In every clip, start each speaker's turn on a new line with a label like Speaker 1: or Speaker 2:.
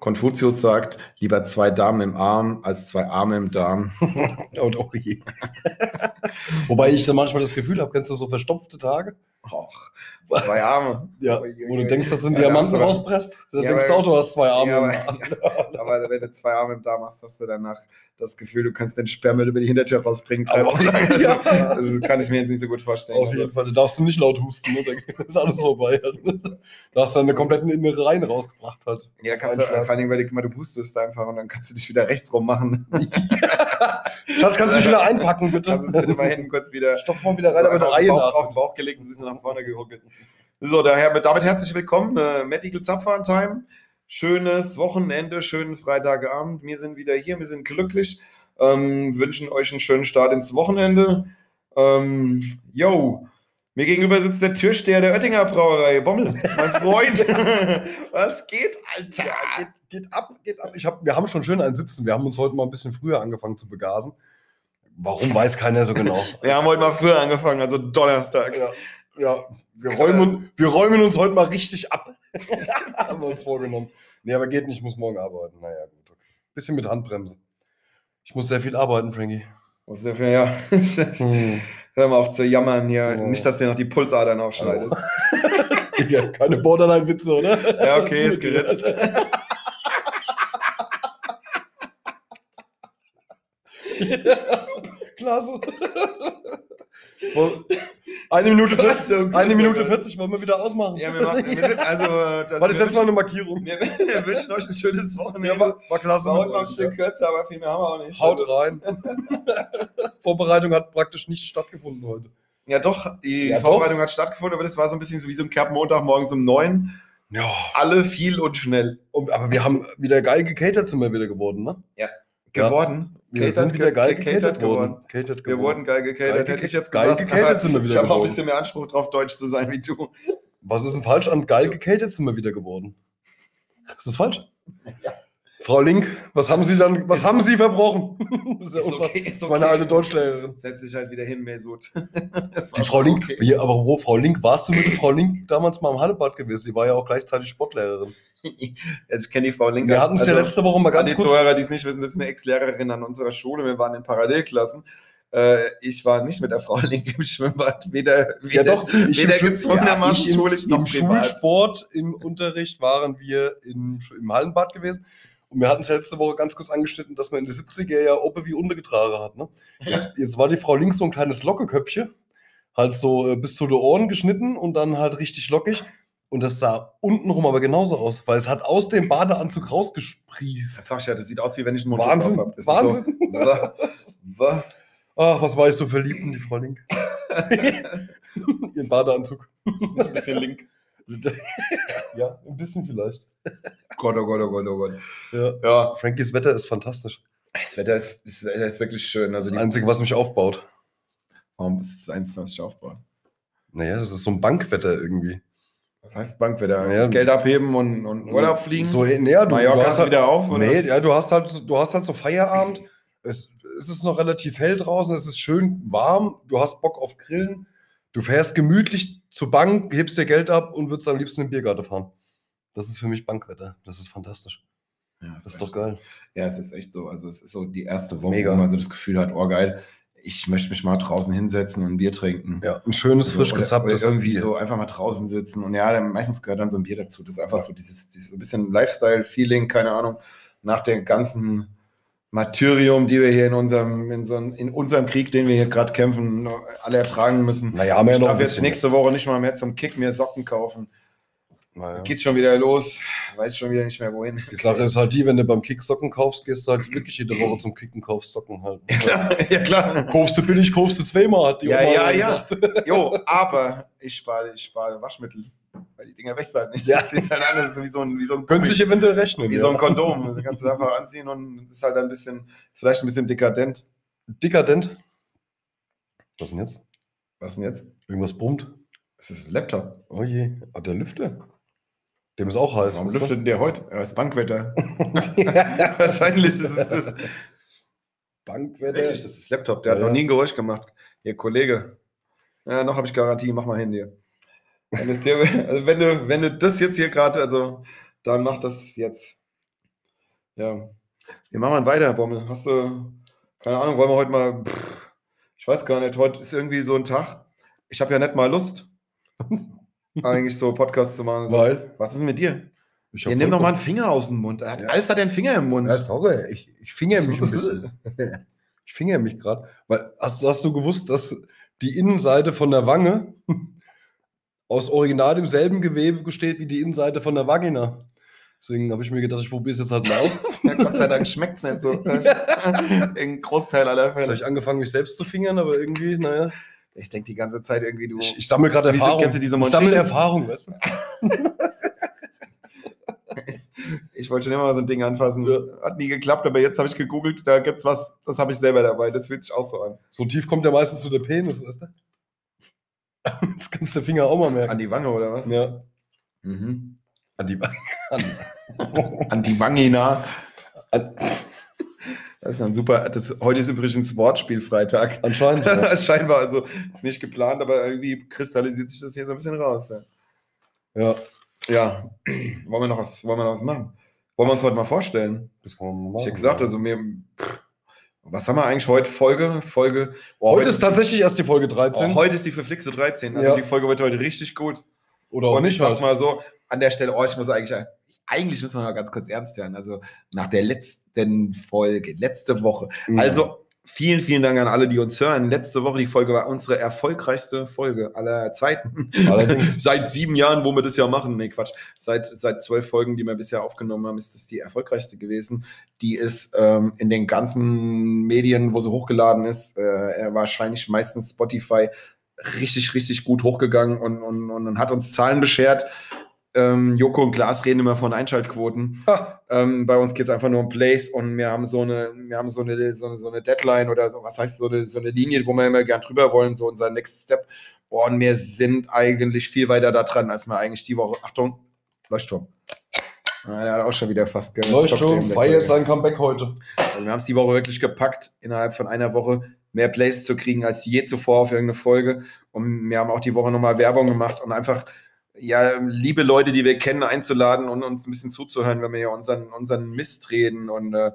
Speaker 1: Konfuzius sagt, lieber zwei Damen im Arm als zwei Arme im Darm.
Speaker 2: Und oh je. Wobei ich dann manchmal das Gefühl habe, kennst du so verstopfte Tage?
Speaker 1: Och, zwei Arme.
Speaker 2: Ja,
Speaker 1: Ui, ui,
Speaker 2: wo du
Speaker 1: ui.
Speaker 2: denkst, dass du einen
Speaker 1: Ja, da hast
Speaker 2: Diamanten
Speaker 1: du aber-
Speaker 2: rauspresst, dann
Speaker 1: Ja,
Speaker 2: denkst du
Speaker 1: aber-
Speaker 2: auch, du hast zwei Arme.
Speaker 1: Ja,
Speaker 2: im
Speaker 1: aber-
Speaker 2: Arm.
Speaker 1: Aber wenn du zwei Arme im Darm hast, hast du danach das Gefühl, du kannst den Sperrmüll über die Hintertür rausbringen. drei
Speaker 2: Aber-
Speaker 1: Wochen lang. Also,
Speaker 2: Ja.
Speaker 1: also, das kann ich mir jetzt nicht so gut vorstellen.
Speaker 2: Auf
Speaker 1: Also,
Speaker 2: jeden Fall, da darfst du nicht laut husten, ne? dann ist alles vorbei. Da hast du deine kompletten innere Reihen rausgebracht halt.
Speaker 1: ja, kannst du, äh,
Speaker 2: Einschlag.
Speaker 1: vor allem, weil du, du boostest einfach und dann kannst du dich wieder rechts rum machen.
Speaker 2: Schatz, kannst du dich wieder einpacken, bitte?
Speaker 1: Kannst du es immer hinten kurz wieder
Speaker 2: Stopf mal wieder rein, aber eine
Speaker 1: Einfach
Speaker 2: Reihe
Speaker 1: auf,
Speaker 2: nach.
Speaker 1: Bauch, auf den Bauch gelegt und ein bisschen nach vorne geruckelt. So, daher damit herzlich willkommen. Äh, Matt Eagle Zapfhahn Time. Schönes Wochenende, schönen Freitagabend. Wir sind wieder hier, wir sind glücklich. Ähm, wünschen euch einen schönen Start ins Wochenende. Ähm, yo, mir gegenüber sitzt der Türsteher der Oettinger Brauerei, Bommel, mein Freund. Was geht, Alter?
Speaker 2: Ja, geht, geht ab, geht ab. Ich hab, wir haben schon schön einen Sitzen. Wir haben uns heute mal ein bisschen früher angefangen zu begasen. Warum weiß keiner so genau.
Speaker 1: Wir haben heute mal früher angefangen, also Donnerstag.
Speaker 2: Ja. ja, wir, räumen, uns-
Speaker 1: Äh.
Speaker 2: wir räumen uns heute mal richtig ab. haben wir uns vorgenommen. Nee, aber geht nicht, ich muss morgen arbeiten. Naja, gut. Okay. Bisschen mit Handbremse. Ich muss sehr viel arbeiten, Frankie.
Speaker 1: Was ist der für, Oh, ja. Hör mal auf zu jammern hier.
Speaker 2: Ja.
Speaker 1: Nicht, dass dir noch die Pulsadern aufschneidest.
Speaker 2: Digga, keine Borderline-Witze, oder?
Speaker 1: Ja, okay,
Speaker 2: Was
Speaker 1: ist
Speaker 2: mit dir?
Speaker 1: geritzt.
Speaker 2: Klasse. Wollen- Eine Minute 40,
Speaker 1: So gut,
Speaker 2: eine Minute
Speaker 1: Alter.
Speaker 2: 40 wollen wir wieder ausmachen.
Speaker 1: Ja, wir machen, wir sind also. äh, Das,
Speaker 2: War das
Speaker 1: wir
Speaker 2: letzte Mal eine Markierung?
Speaker 1: wünschen- wir, wir wünschen euch ein schönes Wochenende.
Speaker 2: klasse.
Speaker 1: war heute
Speaker 2: mit
Speaker 1: mal ein
Speaker 2: euch,
Speaker 1: Stück kürzer, aber viel mehr haben wir auch nicht.
Speaker 2: ja. Haut rein. Vorbereitung hat praktisch nicht stattgefunden heute.
Speaker 1: Ja, doch, die
Speaker 2: Ja,
Speaker 1: Vorbereitung hat stattgefunden, aber das war so ein bisschen so wie so ein Kerb Montagmorgen um neun.
Speaker 2: Ja.
Speaker 1: Alle viel und schnell
Speaker 2: Und, aber wir haben wieder geil gecatert sind wir wieder geworden, ne? Ja.
Speaker 1: geworden.
Speaker 2: Wir
Speaker 1: Catert-
Speaker 2: sind wieder geil
Speaker 1: gecatert
Speaker 2: gecatert worden.
Speaker 1: geworden.
Speaker 2: Catert
Speaker 1: Wir wurden geil
Speaker 2: geil
Speaker 1: gecatert, hätte
Speaker 2: gecatert.
Speaker 1: ich jetzt
Speaker 2: Geil
Speaker 1: gesagt.
Speaker 2: gecatert
Speaker 1: aber
Speaker 2: sind wir wieder
Speaker 1: ich habe auch ein
Speaker 2: geworden.
Speaker 1: bisschen mehr Anspruch drauf, deutsch zu sein wie du.
Speaker 2: Was ist denn falsch an geil gecatert sind wir wieder geworden? Das ist falsch. Frau Link, was haben Sie dann, was
Speaker 1: Ist-
Speaker 2: haben Sie verbrochen? das ist, ja unfassbar.
Speaker 1: ist
Speaker 2: Das ist meine alte Deutschlehrerin.
Speaker 1: Setz dich halt wieder hin, Mesut. Das
Speaker 2: Die
Speaker 1: war
Speaker 2: Frau
Speaker 1: schon
Speaker 2: Link,
Speaker 1: okay.
Speaker 2: hier, aber wo, Frau Link, warst du mit Frau Link damals mal im Hallebad gewesen? Sie war ja auch gleichzeitig Sportlehrerin.
Speaker 1: Also ich kenne die Frau Link.
Speaker 2: Wir
Speaker 1: als-
Speaker 2: hatten es ja
Speaker 1: also-
Speaker 2: letzte Woche mal
Speaker 1: An
Speaker 2: ganz
Speaker 1: die
Speaker 2: kurz.
Speaker 1: Zuhörer, die es nicht wissen, das ist eine Ex-Lehrerin an unserer Schule. Wir waren in Parallelklassen. Äh, ich war nicht mit der Frau Link im Schwimmbad, weder,
Speaker 2: Ja
Speaker 1: weder
Speaker 2: doch, ich
Speaker 1: weder
Speaker 2: Schul-
Speaker 1: gezwungenermaßen
Speaker 2: ich im-
Speaker 1: schulisch noch
Speaker 2: Im
Speaker 1: privat.
Speaker 2: Schulsport, im Unterricht waren wir im, Sch- im Hallenbad gewesen. Und wir hatten es ja letzte Woche ganz kurz angeschnitten, dass man in den 70er ja Oppe wie Unde getragen hat. Ne? Jetzt, jetzt war die Frau links so ein kleines Lockeköpfchen, halt so äh, bis zu den Ohren geschnitten und dann halt richtig lockig. Und das sah untenrum aber genauso aus, weil es hat aus dem Badeanzug rausgesprießt.
Speaker 1: Das sag ich ja, das sieht aus, wie wenn ich einen Mundschutz
Speaker 2: Wahnsinn,
Speaker 1: auf hab. Das
Speaker 2: Wahnsinn.
Speaker 1: Ist so, wa- wa-
Speaker 2: Ach, was war ich so verliebt in die Frau Link? Ihren Badeanzug.
Speaker 1: das ist nicht ein bisschen link.
Speaker 2: ja, ein bisschen vielleicht.
Speaker 1: Gott, oh Gott, oh Gott, oh Gott.
Speaker 2: Ja.
Speaker 1: Ja,
Speaker 2: Frankies Wetter ist fantastisch.
Speaker 1: das Wetter ist, das Wetter ist wirklich schön. Also
Speaker 2: Das
Speaker 1: die,
Speaker 2: Einzige, was mich aufbaut.
Speaker 1: warum ist das eins das schaffbar?
Speaker 2: Naja, das ist so ein Bankwetter irgendwie.
Speaker 1: Das heißt Bankwetter.
Speaker 2: Ja.
Speaker 1: Geld abheben und, und Urlaub fliegen.
Speaker 2: So, naja, du, du
Speaker 1: Mallorca
Speaker 2: hast
Speaker 1: ist
Speaker 2: halt,
Speaker 1: wieder auf. oder?
Speaker 2: nee, ja, du hast halt, du hast halt so Feierabend. Es, es ist noch relativ hell draußen, es ist schön warm, du hast Bock auf Grillen. Du fährst gemütlich zur Bank, hebst dir Geld ab und würdest am liebsten in den Biergarten fahren. Das ist für mich Bankwetter. Das ist fantastisch.
Speaker 1: Ja,
Speaker 2: Das ist doch geil.
Speaker 1: Ja, es ist echt so. Also es ist so die erste Woche,
Speaker 2: Mega.
Speaker 1: wo man so das Gefühl hat, oh geil, ich möchte mich mal draußen hinsetzen und ein Bier trinken.
Speaker 2: Ja, ein schönes,
Speaker 1: Also,
Speaker 2: frisch
Speaker 1: oder-
Speaker 2: gezapptes
Speaker 1: oder irgendwie
Speaker 2: Bier.
Speaker 1: so einfach mal draußen sitzen und ja, dann meistens gehört dann so ein Bier dazu. Das ist einfach
Speaker 2: Ja.
Speaker 1: so dieses, dieses so ein bisschen Lifestyle-Feeling, keine Ahnung, nach dem ganzen Martyrium, die wir hier in unserem, in so in unserem Krieg, den wir hier gerade kämpfen, alle ertragen müssen.
Speaker 2: Naja, haben wir
Speaker 1: ich
Speaker 2: ja noch
Speaker 1: darf
Speaker 2: ein
Speaker 1: jetzt
Speaker 2: bisschen.
Speaker 1: nächste Woche nicht mal mehr zum Kick mir Socken kaufen.
Speaker 2: Naja.
Speaker 1: Geht's schon wieder los, weiß schon wieder nicht mehr wohin.
Speaker 2: Die Sache ist halt die, wenn du beim Kick Socken kaufst, gehst du halt wirklich jede Woche zum Kicken, kaufst Socken halt.
Speaker 1: ja klar.
Speaker 2: Kaufst du billig, kaufst du zweimal, hat die
Speaker 1: Ja,
Speaker 2: Oma
Speaker 1: ja,
Speaker 2: immer
Speaker 1: ja.
Speaker 2: gesagt.
Speaker 1: Jo, aber ich spare, ich spare Waschmittel. Weil die Dinger wächst halt nicht.
Speaker 2: Ja.
Speaker 1: Das ist halt alles wie so ein, wie so ein
Speaker 2: Könnte sich eventuell rechnen.
Speaker 1: wie
Speaker 2: ja.
Speaker 1: so ein Kondom. Das kannst du einfach anziehen und ist halt ein bisschen, ist vielleicht ein bisschen dekadent.
Speaker 2: Dekadent. Was denn jetzt?
Speaker 1: Was denn jetzt?
Speaker 2: Irgendwas brummt.
Speaker 1: Es ist das Laptop.
Speaker 2: Oh je, ah, der Lüfter. Dem ist auch heiß.
Speaker 1: Warum
Speaker 2: weißt du?
Speaker 1: lüftet denn der heute? Er ist Bankwetter. Wahrscheinlich ist es das.
Speaker 2: Bankwetter.
Speaker 1: Wirklich, das ist Laptop. Der hat
Speaker 2: Ja,
Speaker 1: noch
Speaker 2: ja.
Speaker 1: nie ein Geräusch gemacht. Ihr Kollege. Ja, noch habe ich Garantie. Mach mal hin dir. Wenn, es dir, also wenn, du, wenn du das jetzt hier gerade, also dann mach das jetzt. Ja. Wir machen mal weiter, Bommel. Hast du, keine Ahnung, wollen wir heute mal, pff, ich weiß gar nicht, heute ist irgendwie so ein Tag. Ich habe ja nicht mal Lust, eigentlich so Podcasts zu machen. So.
Speaker 2: Weil?
Speaker 1: Was ist denn mit dir?
Speaker 2: Ich
Speaker 1: Ihr nehmt doch mal einen Finger aus dem Mund. Er hat,
Speaker 2: Ja.
Speaker 1: Als hat er einen Finger im Mund.
Speaker 2: Ja, sorry, ich, ich fingere mich ein bisschen. Ich fingere mich gerade. Weil hast, hast du gewusst, dass die Innenseite von der Wange aus original demselben Gewebe besteht wie die Innenseite von der Vagina? Deswegen habe ich mir gedacht, ich probiere es jetzt halt mal aus.
Speaker 1: Ja, Gott sei Dank schmeckt es nicht so. Im Großteil aller
Speaker 2: Jetzt habe
Speaker 1: Fälle.
Speaker 2: ich angefangen, mich selbst zu fingern, aber irgendwie, naja.
Speaker 1: Ich denke die ganze Zeit irgendwie, du.
Speaker 2: Ich, ich sammle gerade
Speaker 1: Wieso
Speaker 2: Erfahrung.
Speaker 1: kennst du diese
Speaker 2: ich sammle
Speaker 1: Montiche?
Speaker 2: Erfahrung, weißt du?
Speaker 1: Ich wollte schon immer mal so ein Ding anfassen. Hat nie geklappt, aber jetzt habe ich gegoogelt, da gibt's was, das habe ich selber dabei. Das fühlt sich auch so an.
Speaker 2: So tief kommt ja meistens zu der Penis, weißt du? Das kannst du der Finger auch mal merken.
Speaker 1: An die Wange, oder was?
Speaker 2: ja.
Speaker 1: Mhm.
Speaker 2: An die
Speaker 1: An die Wangina.
Speaker 2: an,
Speaker 1: Das ist ein super. Das, heute ist übrigens Wortspielfreitag.
Speaker 2: Anscheinend. Ja.
Speaker 1: Scheinbar, also ist nicht geplant, aber irgendwie kristallisiert sich das hier so ein bisschen raus. Ja.
Speaker 2: ja.
Speaker 1: ja. Wollen, wir noch was, wollen wir noch was machen? Wollen wir uns heute mal vorstellen?
Speaker 2: Das kann man mal
Speaker 1: Ich
Speaker 2: machen.
Speaker 1: hätte gesagt, also mir. pff, Was haben wir eigentlich heute? Folge? Folge. Oh,
Speaker 2: heute ist tatsächlich erst die Folge 13.
Speaker 1: oh, heute ist die verflixte 13. Also
Speaker 2: Ja.
Speaker 1: die Folge wird heute richtig gut.
Speaker 2: Oder auch
Speaker 1: Und ich
Speaker 2: nicht.
Speaker 1: sag's
Speaker 2: Halt.
Speaker 1: mal so, an der Stelle, oh, ich muss eigentlich, eigentlich müssen wir mal ganz kurz ernst werden. Also nach der letzten Folge, letzte Woche. Also vielen, vielen Dank an alle, die uns hören. Letzte Woche, die Folge war unsere erfolgreichste Folge aller Zeiten.
Speaker 2: Allerdings.
Speaker 1: Seit sieben Jahren, wo wir das ja machen. Nee, Quatsch. Seit, seit zwölf Folgen, die wir bisher aufgenommen haben, ist das die erfolgreichste gewesen. Die ist ähm, in den ganzen Medien, wo sie hochgeladen ist, äh, wahrscheinlich meistens Spotify, richtig, richtig gut hochgegangen und, und, und hat uns Zahlen beschert. Ähm, Joko und Glas reden immer von Einschaltquoten.
Speaker 2: Ha,
Speaker 1: Ähm, bei uns geht es einfach nur um Plays und wir haben so eine, wir haben so eine, so eine, so eine Deadline oder so, was heißt so eine, so eine Linie, wo wir immer gern drüber wollen, so unser Next Step. Boah, und wir sind eigentlich viel weiter da dran, als wir eigentlich die Woche. Achtung, Leuchtturm. Ah, der hat auch schon wieder fast gezockt
Speaker 2: Leuchtturm
Speaker 1: eben, der
Speaker 2: feiert
Speaker 1: Kollege.
Speaker 2: sein Comeback heute.
Speaker 1: Also wir haben es die Woche wirklich gepackt, innerhalb von einer Woche mehr Plays zu kriegen als je zuvor auf irgendeine Folge. Und wir haben auch die Woche nochmal Werbung gemacht und einfach, ja, liebe Leute, die wir kennen, einzuladen und uns ein bisschen zuzuhören, wenn wir ja unseren, unseren Mist reden. Und äh,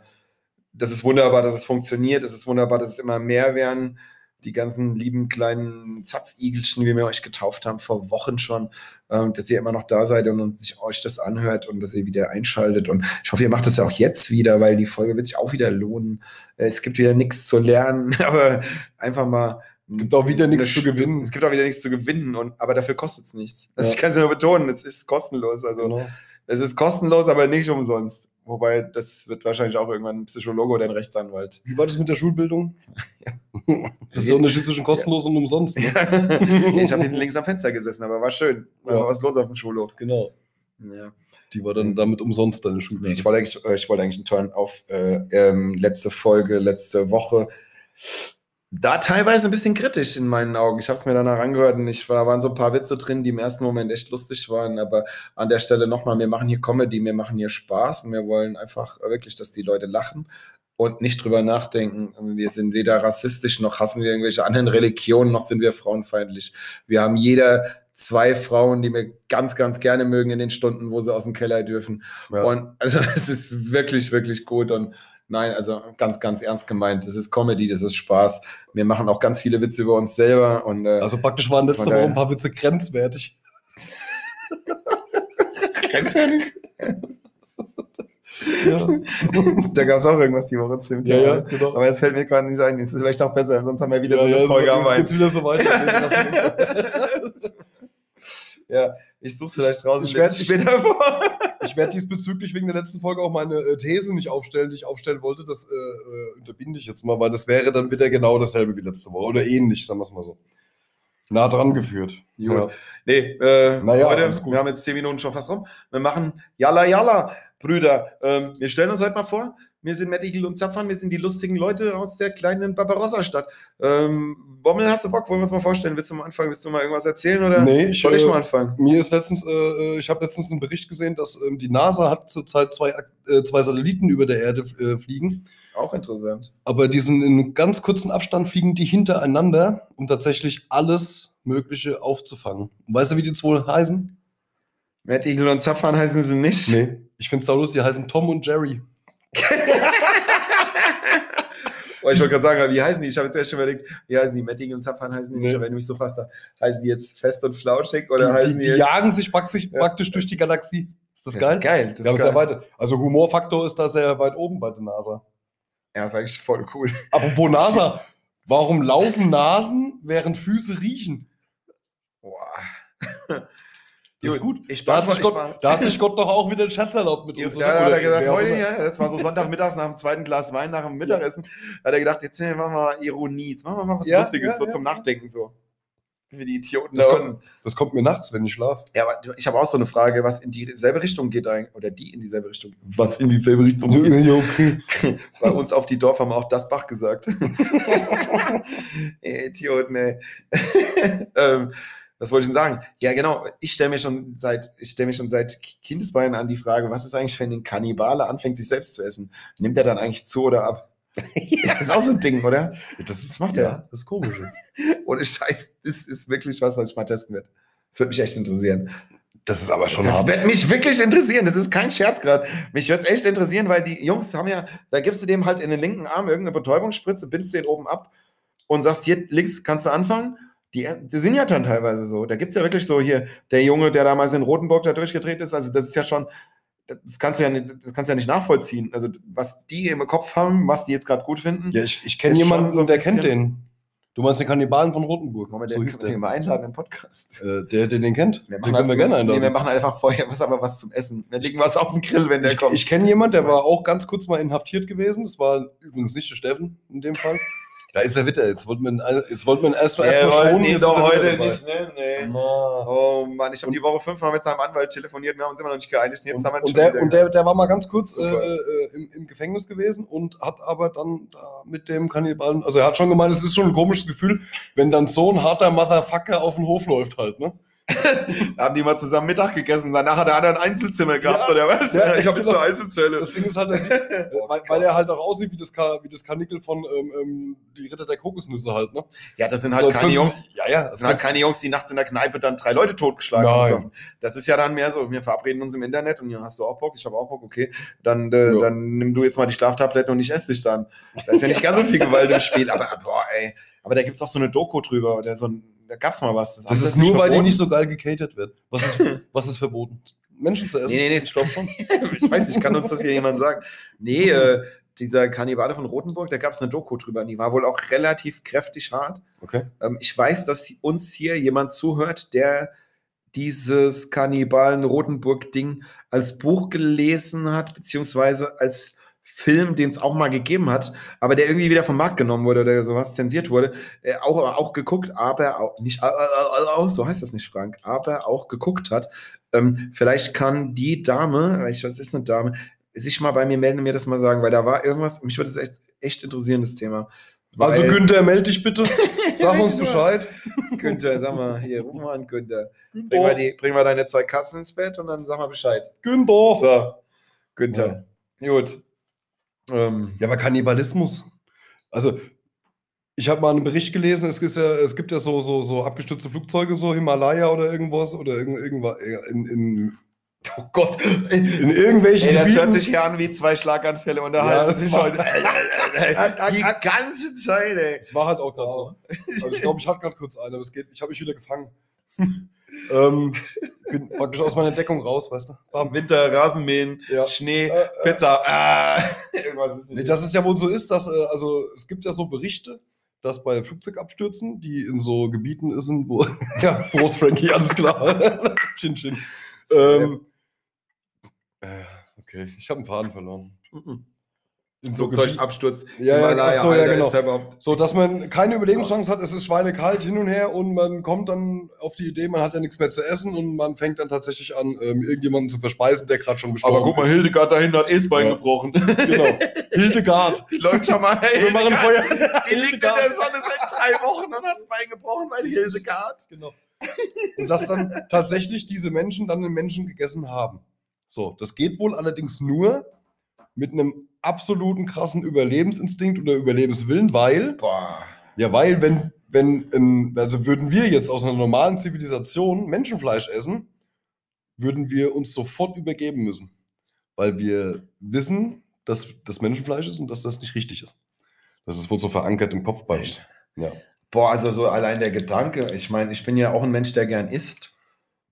Speaker 1: das ist wunderbar, dass es funktioniert. Es ist wunderbar, dass es immer mehr werden. Die ganzen lieben kleinen Zapfigelchen, wie wir euch getauft haben vor Wochen schon, ähm, dass ihr immer noch da seid und uns, sich euch das anhört und dass ihr wieder einschaltet. Und ich hoffe, ihr macht das ja auch jetzt wieder, weil die Folge wird sich auch wieder lohnen. Äh, Es gibt wieder nichts zu lernen, aber einfach mal.
Speaker 2: Gibt auch wieder nichts
Speaker 1: eine
Speaker 2: zu gewinnen.
Speaker 1: es gibt auch wieder nichts zu gewinnen, und, aber dafür kostet es nichts. Also
Speaker 2: Ja.
Speaker 1: ich kann es nur betonen, es ist kostenlos. Also
Speaker 2: Genau.
Speaker 1: es ist kostenlos, aber nicht umsonst. Wobei, das wird wahrscheinlich auch irgendwann ein Psychologe oder ein Rechtsanwalt.
Speaker 2: Wie war das mit der Schulbildung? Das ist der Unterschied zwischen kostenlos und umsonst. Ne?
Speaker 1: nee, ich habe hinten links am Fenster gesessen, aber war schön. War
Speaker 2: Ja.
Speaker 1: was los auf dem Schulhof.
Speaker 2: Genau.
Speaker 1: Ja.
Speaker 2: Die war dann damit umsonst deine Schulbildung.
Speaker 1: Ich wollte eigentlich, äh, ich wollte eigentlich einen Turn auf äh, ähm, letzte Folge, letzte Woche. Da teilweise ein bisschen kritisch in meinen Augen. Ich habe es mir danach angehört und ich, da waren so ein paar Witze drin, die im ersten Moment echt lustig waren. Aber an der Stelle nochmal, wir machen hier Comedy, wir machen hier Spaß und wir wollen einfach wirklich, dass die Leute lachen und nicht drüber nachdenken. Wir sind weder rassistisch, noch hassen wir irgendwelche anderen Religionen, noch sind wir frauenfeindlich. Wir haben jeder zwei Frauen, die wir ganz, ganz gerne mögen in den Stunden, wo sie aus dem Keller dürfen.
Speaker 2: ja.
Speaker 1: Und also es ist wirklich, wirklich gut. Und nein, also ganz, ganz ernst gemeint. Das ist Comedy, das ist Spaß. Wir machen auch ganz viele Witze über uns selber. Und äh,
Speaker 2: also praktisch waren letzte
Speaker 1: Von
Speaker 2: Woche
Speaker 1: daher-
Speaker 2: ein paar Witze grenzwertig.
Speaker 1: ganz ehrlich,
Speaker 2: Ja,
Speaker 1: da gab es auch irgendwas die Woche zu dem
Speaker 2: ja,
Speaker 1: Thema.
Speaker 2: ja genau.
Speaker 1: Aber jetzt fällt mir gerade nicht ein. Das ist vielleicht auch besser, sonst haben wir wieder so eine
Speaker 2: ja,
Speaker 1: Folge am
Speaker 2: so,
Speaker 1: Wein.
Speaker 2: geht's wieder so weiter.
Speaker 1: Ja, ich suche vielleicht raus
Speaker 2: Ich
Speaker 1: und lese
Speaker 2: werd-
Speaker 1: später vor.
Speaker 2: ich werde diesbezüglich wegen der letzten Folge auch meine äh, These nicht aufstellen, die ich aufstellen wollte. Das äh, äh, unterbinde ich jetzt mal, weil das wäre dann wieder genau dasselbe wie letzte Woche. Oder ähnlich, sagen wir es mal so. Nah dran geführt.
Speaker 1: Gut. Nee, äh,
Speaker 2: Naja,
Speaker 1: Leute,
Speaker 2: alles gut.
Speaker 1: wir haben jetzt zehn Minuten schon fast rum. Wir machen Jalla Jalla, Brüder. Ähm, wir stellen uns heute mal vor, wir sind Matt Eagle und Zapfan, wir sind die lustigen Leute aus der kleinen Barbarossa-Stadt. Ähm, Bommel, hast du Bock? Wollen wir uns mal vorstellen? Willst du mal anfangen? Willst du mal irgendwas erzählen? Oder
Speaker 2: Nee, ich,
Speaker 1: soll ich
Speaker 2: äh,
Speaker 1: mal anfangen?
Speaker 2: Mir ist letztens, äh, äh, ich habe letztens einen Bericht gesehen, dass ähm, die NASA hat zurzeit zwei, Ak- äh, zwei Satelliten über der Erde äh, fliegen.
Speaker 1: Auch interessant.
Speaker 2: Aber die sind in einem ganz kurzen Abstand fliegen die hintereinander, um tatsächlich alles Mögliche aufzufangen. Und weißt du, wie die zwei heißen?
Speaker 1: Matt Eagle und Zapfan heißen sie nicht.
Speaker 2: Nee. Ich finde es lustig, die heißen Tom und Jerry.
Speaker 1: Weil Oh, ich wollte gerade sagen, wie heißen die? Ich habe jetzt erst schon überlegt, wie heißen die? Metting und Zapfhahn heißen die
Speaker 2: Nee.
Speaker 1: nicht, aber wenn du mich so fasst, dann heißen die jetzt fest und flauschig oder
Speaker 2: Die,
Speaker 1: heißen
Speaker 2: die,
Speaker 1: die,
Speaker 2: die
Speaker 1: jetzt.
Speaker 2: jagen sich praktisch,
Speaker 1: Ja.
Speaker 2: praktisch durch die Galaxie. Ist das,
Speaker 1: Das
Speaker 2: geil?
Speaker 1: ist geil.
Speaker 2: Wir
Speaker 1: Das
Speaker 2: haben
Speaker 1: ist
Speaker 2: es
Speaker 1: geil.
Speaker 2: erweitert. Also Humorfaktor ist da sehr weit oben bei der NASA.
Speaker 1: Ja, ist eigentlich voll cool.
Speaker 2: Apropos NASA, warum laufen Nasen, während Füße riechen?
Speaker 1: Boah.
Speaker 2: Das ist
Speaker 1: Gut,
Speaker 2: gut.
Speaker 1: Ich
Speaker 2: Da hat, sich
Speaker 1: ich
Speaker 2: Gott, da hat sich Gott doch auch wieder einen Schatz erlaubt mit
Speaker 1: Ja,
Speaker 2: uns.
Speaker 1: da
Speaker 2: oder?
Speaker 1: hat
Speaker 2: Oder
Speaker 1: er gesagt,
Speaker 2: wer auch
Speaker 1: heute,
Speaker 2: immer.
Speaker 1: ja, das war so Sonntagmittags nach dem zweiten Glas Wein, nach dem Mittagessen, hat er gedacht, jetzt machen wir mal Ironie, jetzt machen wir mal was
Speaker 2: Ja,
Speaker 1: Lustiges,
Speaker 2: ja,
Speaker 1: so
Speaker 2: ja.
Speaker 1: zum Nachdenken, so. Wie die Idioten
Speaker 2: Das
Speaker 1: da
Speaker 2: kommt-
Speaker 1: unten.
Speaker 2: Das kommt mir nachts, wenn ich schlafe.
Speaker 1: Ja, aber ich habe auch so eine Frage, was in dieselbe Richtung geht eigentlich, oder die in dieselbe Richtung geht.
Speaker 2: Was in dieselbe Richtung. Ja, okay.
Speaker 1: Bei uns auf die Dorf haben wir auch das Bach gesagt. Ey, Idioten, ey. ähm, was wollte ich denn sagen? Ja, genau. Ich stelle mir schon seit, ich stelle mir schon seit Kindesbeinen an die Frage, was ist eigentlich, wenn ein Kannibale anfängt, sich selbst zu essen? Nimmt er dann eigentlich zu oder ab? Das ist auch so ein Ding, oder?
Speaker 2: Das ist,
Speaker 1: macht
Speaker 2: macht
Speaker 1: er.
Speaker 2: ja, das ist komisch jetzt.
Speaker 1: Ohne Scheiß, das ist wirklich was, was ich mal testen werde. Das wird mich echt interessieren.
Speaker 2: Das ist aber schon
Speaker 1: das
Speaker 2: hart.
Speaker 1: wird mich wirklich interessieren. Das ist kein Scherz gerade. Mich wird es echt interessieren, weil die Jungs haben ja, da gibst du dem halt in den linken Arm irgendeine Betäubungsspritze, bindst den oben ab und sagst, hier links kannst du anfangen. Die, die sind ja dann teilweise so. Da gibt es ja wirklich so hier, der Junge, der damals in Rotenburg da durchgedreht ist, also das ist ja schon, das kannst du ja nicht, das kannst du ja nicht nachvollziehen. Also was die im Kopf haben, was die jetzt gerade gut finden.
Speaker 2: Ja, ich, ich kenne
Speaker 1: Ist schon
Speaker 2: jemanden,
Speaker 1: so ein
Speaker 2: der kennt
Speaker 1: bisschen-
Speaker 2: den. Du meinst den Kannibalen von Rotenburg.
Speaker 1: Moment,
Speaker 2: so
Speaker 1: den
Speaker 2: hieß
Speaker 1: können wir
Speaker 2: der.
Speaker 1: mal einladen in den Podcast.
Speaker 2: Äh, der, der den kennt.
Speaker 1: Wir
Speaker 2: Den
Speaker 1: machen
Speaker 2: können wir
Speaker 1: halt-
Speaker 2: gerne
Speaker 1: Nee, wir
Speaker 2: einladen.
Speaker 1: machen einfach vorher was, aber was zum Essen. Wir legen was auf den Grill, wenn der
Speaker 2: Ich,
Speaker 1: kommt.
Speaker 2: ich kenne jemanden, der war auch ganz kurz mal inhaftiert gewesen. Das war übrigens nicht der Steffen in dem Fall. Da ist er wieder. Jetzt wollten wir ihn, all- jetzt wollten wir ihn erstmal
Speaker 1: Ja,
Speaker 2: erst
Speaker 1: wollen
Speaker 2: schonen.
Speaker 1: ihn
Speaker 2: jetzt
Speaker 1: doch
Speaker 2: ist er wieder
Speaker 1: heute
Speaker 2: dabei.
Speaker 1: nicht, ne? Nee.
Speaker 2: Ah.
Speaker 1: Oh Mann, ich habe die Woche fünfmal mit seinem Anwalt telefoniert, wir haben uns immer noch nicht geeinigt. Jetzt
Speaker 2: Und,
Speaker 1: haben wir ihn
Speaker 2: und,
Speaker 1: schon
Speaker 2: der,
Speaker 1: wieder
Speaker 2: und der, der war mal ganz kurz äh,
Speaker 1: Super.
Speaker 2: äh, im, im Gefängnis gewesen und hat aber dann da mit dem Kannibalen, also er hat schon gemeint, es ist schon ein komisches Gefühl, wenn dann so ein harter Motherfucker auf den Hof läuft halt, ne?
Speaker 1: Da haben die mal zusammen Mittag gegessen, danach hat der andere ein Einzelzimmer gehabt, oder was?
Speaker 2: Ja,
Speaker 1: ich habe jetzt eine
Speaker 2: genau.
Speaker 1: Einzelzelle.
Speaker 2: Das Ding ist halt, dass sie, weil, weil er halt auch aussieht wie das, Ka wie das Karnickel von ähm, ähm, die Ritter der Kokosnüsse halt, ne?
Speaker 1: ja, das sind
Speaker 2: So,
Speaker 1: halt
Speaker 2: jetzt
Speaker 1: keine
Speaker 2: kannst du-
Speaker 1: Jungs.
Speaker 2: Ja, ja.
Speaker 1: Das
Speaker 2: Das
Speaker 1: sind halt
Speaker 2: kannst,
Speaker 1: keine Jungs, die nachts in der Kneipe dann drei Leute totgeschlagen
Speaker 2: Nein.
Speaker 1: haben. Das ist ja dann mehr so, wir verabreden uns im Internet und ja, hast du auch Bock, ich habe auch Bock, okay, dann, äh,
Speaker 2: Ja.
Speaker 1: dann nimm du jetzt mal die Schlaftabletten und ich esse dich dann. Da ist ja nicht ganz so viel Gewalt im Spiel, aber boah, ey, aber da gibt es auch so eine Doku drüber oder so ein, da gab's mal was.
Speaker 2: das
Speaker 1: haben nicht
Speaker 2: ist nur, weil die
Speaker 1: verboten?
Speaker 2: nicht so geil gecatert wird. Was ist, was ist verboten? Menschen zu essen?
Speaker 1: Nee, nee, nee,
Speaker 2: ich glaube schon.
Speaker 1: Also ich weiß nicht, kann uns das hier jemand sagen? Nee, äh, dieser Kannibale von Rotenburg, da gab es eine Doku drüber, die war wohl auch relativ kräftig hart.
Speaker 2: Okay.
Speaker 1: Ähm, ich weiß, dass uns hier jemand zuhört, der dieses Kannibalen-Rotenburg-Ding als Buch gelesen hat, beziehungsweise als Film, den es auch mal gegeben hat, aber der irgendwie wieder vom Markt genommen wurde oder sowas zensiert wurde, äh, auch, auch geguckt, aber auch nicht, äh, äh, äh, äh, so heißt das nicht, Frank, aber auch geguckt hat. Ähm, vielleicht kann die Dame, ich weiß, es ist eine Dame, sich mal bei mir melden und mir das mal sagen, weil da war irgendwas, mich würde es echt, echt interessieren, das Thema.
Speaker 2: Also
Speaker 1: Weil-
Speaker 2: Günther, melde dich bitte. Sag uns Bescheid.
Speaker 1: Günther, sag mal, hier, ruf mal an, Günther. Bring mal, die, bring mal deine zwei Katzen ins Bett und dann sag mal Bescheid.
Speaker 2: Günther.
Speaker 1: So, Günther. Gut. Ähm,
Speaker 2: Ja, aber Kannibalismus. Also, ich habe mal einen Bericht gelesen, es, ist ja, es gibt ja so, so, so abgestürzte Flugzeuge, so Himalaya oder irgendwas oder irgend, irgendwas in, in,
Speaker 1: oh Gott.
Speaker 2: in irgendwelchen
Speaker 1: Ey, das
Speaker 2: Gebieten.
Speaker 1: hört sich hier an wie zwei Schlaganfälle
Speaker 2: Ja,
Speaker 1: unterhalten
Speaker 2: das
Speaker 1: sich
Speaker 2: war-
Speaker 1: heute. Ey, ey, ey, ey, Die ganze Zeit, ey.
Speaker 2: Es war halt auch gerade so. Also ich glaube, ich hatte gerade kurz einen, aber es geht, ich habe mich wieder gefangen. ähm, bin praktisch aus meiner Deckung raus, weißt du?
Speaker 1: Am Winter, Rasenmähen,
Speaker 2: Ja.
Speaker 1: Schnee,
Speaker 2: Äh, äh,
Speaker 1: Pizza. Ah, irgendwas ist
Speaker 2: nee,
Speaker 1: nicht.
Speaker 2: dass es ja wohl so ist, dass, äh, also es gibt ja so Berichte, dass bei Flugzeugabstürzen, die in so Gebieten sind, wo. ja, Prost, Frankie, alles klar. chin, chin. Ähm, äh, okay, ich habe einen Faden verloren. In mm, so Gebieten-
Speaker 1: Flugzeugabsturz.
Speaker 2: Ja, ja,
Speaker 1: Himalaya,
Speaker 2: ach so, ja,
Speaker 1: Alter,
Speaker 2: genau.
Speaker 1: ist da überhaupt-
Speaker 2: So, dass man keine Überlebenschance hat, es ist schweinekalt hin und her und man kommt dann auf die Idee, man hat ja nichts mehr zu essen und man fängt dann tatsächlich an, ähm, irgendjemanden zu verspeisen, der gerade schon gestorben
Speaker 1: Aber guck mal,
Speaker 2: ist.
Speaker 1: Hildegard da hinten hat eh das Bein
Speaker 2: Ja.
Speaker 1: gebrochen.
Speaker 2: Genau. Hildegard.
Speaker 1: Die läuft schon mal. Hey,
Speaker 2: Wir machen Feuer.
Speaker 1: Die liegt in der Sonne seit drei Wochen und hat das Bein gebrochen bei Hildegard.
Speaker 2: Genau. Und dass dann tatsächlich diese Menschen dann den Menschen gegessen haben. So, das geht wohl allerdings nur mit einem absoluten krassen Überlebensinstinkt oder Überlebenswillen, weil
Speaker 1: Boah.
Speaker 2: Ja, weil wenn, wenn, ähm, also würden wir jetzt aus einer normalen Zivilisation Menschenfleisch essen, würden wir uns sofort übergeben müssen. Weil wir wissen, dass das Menschenfleisch ist und dass das nicht richtig ist. Das ist wohl so verankert im Kopf bei uns. Ja.
Speaker 1: Boah, also so allein der Gedanke, ich meine, ich bin ja auch ein Mensch, der gern isst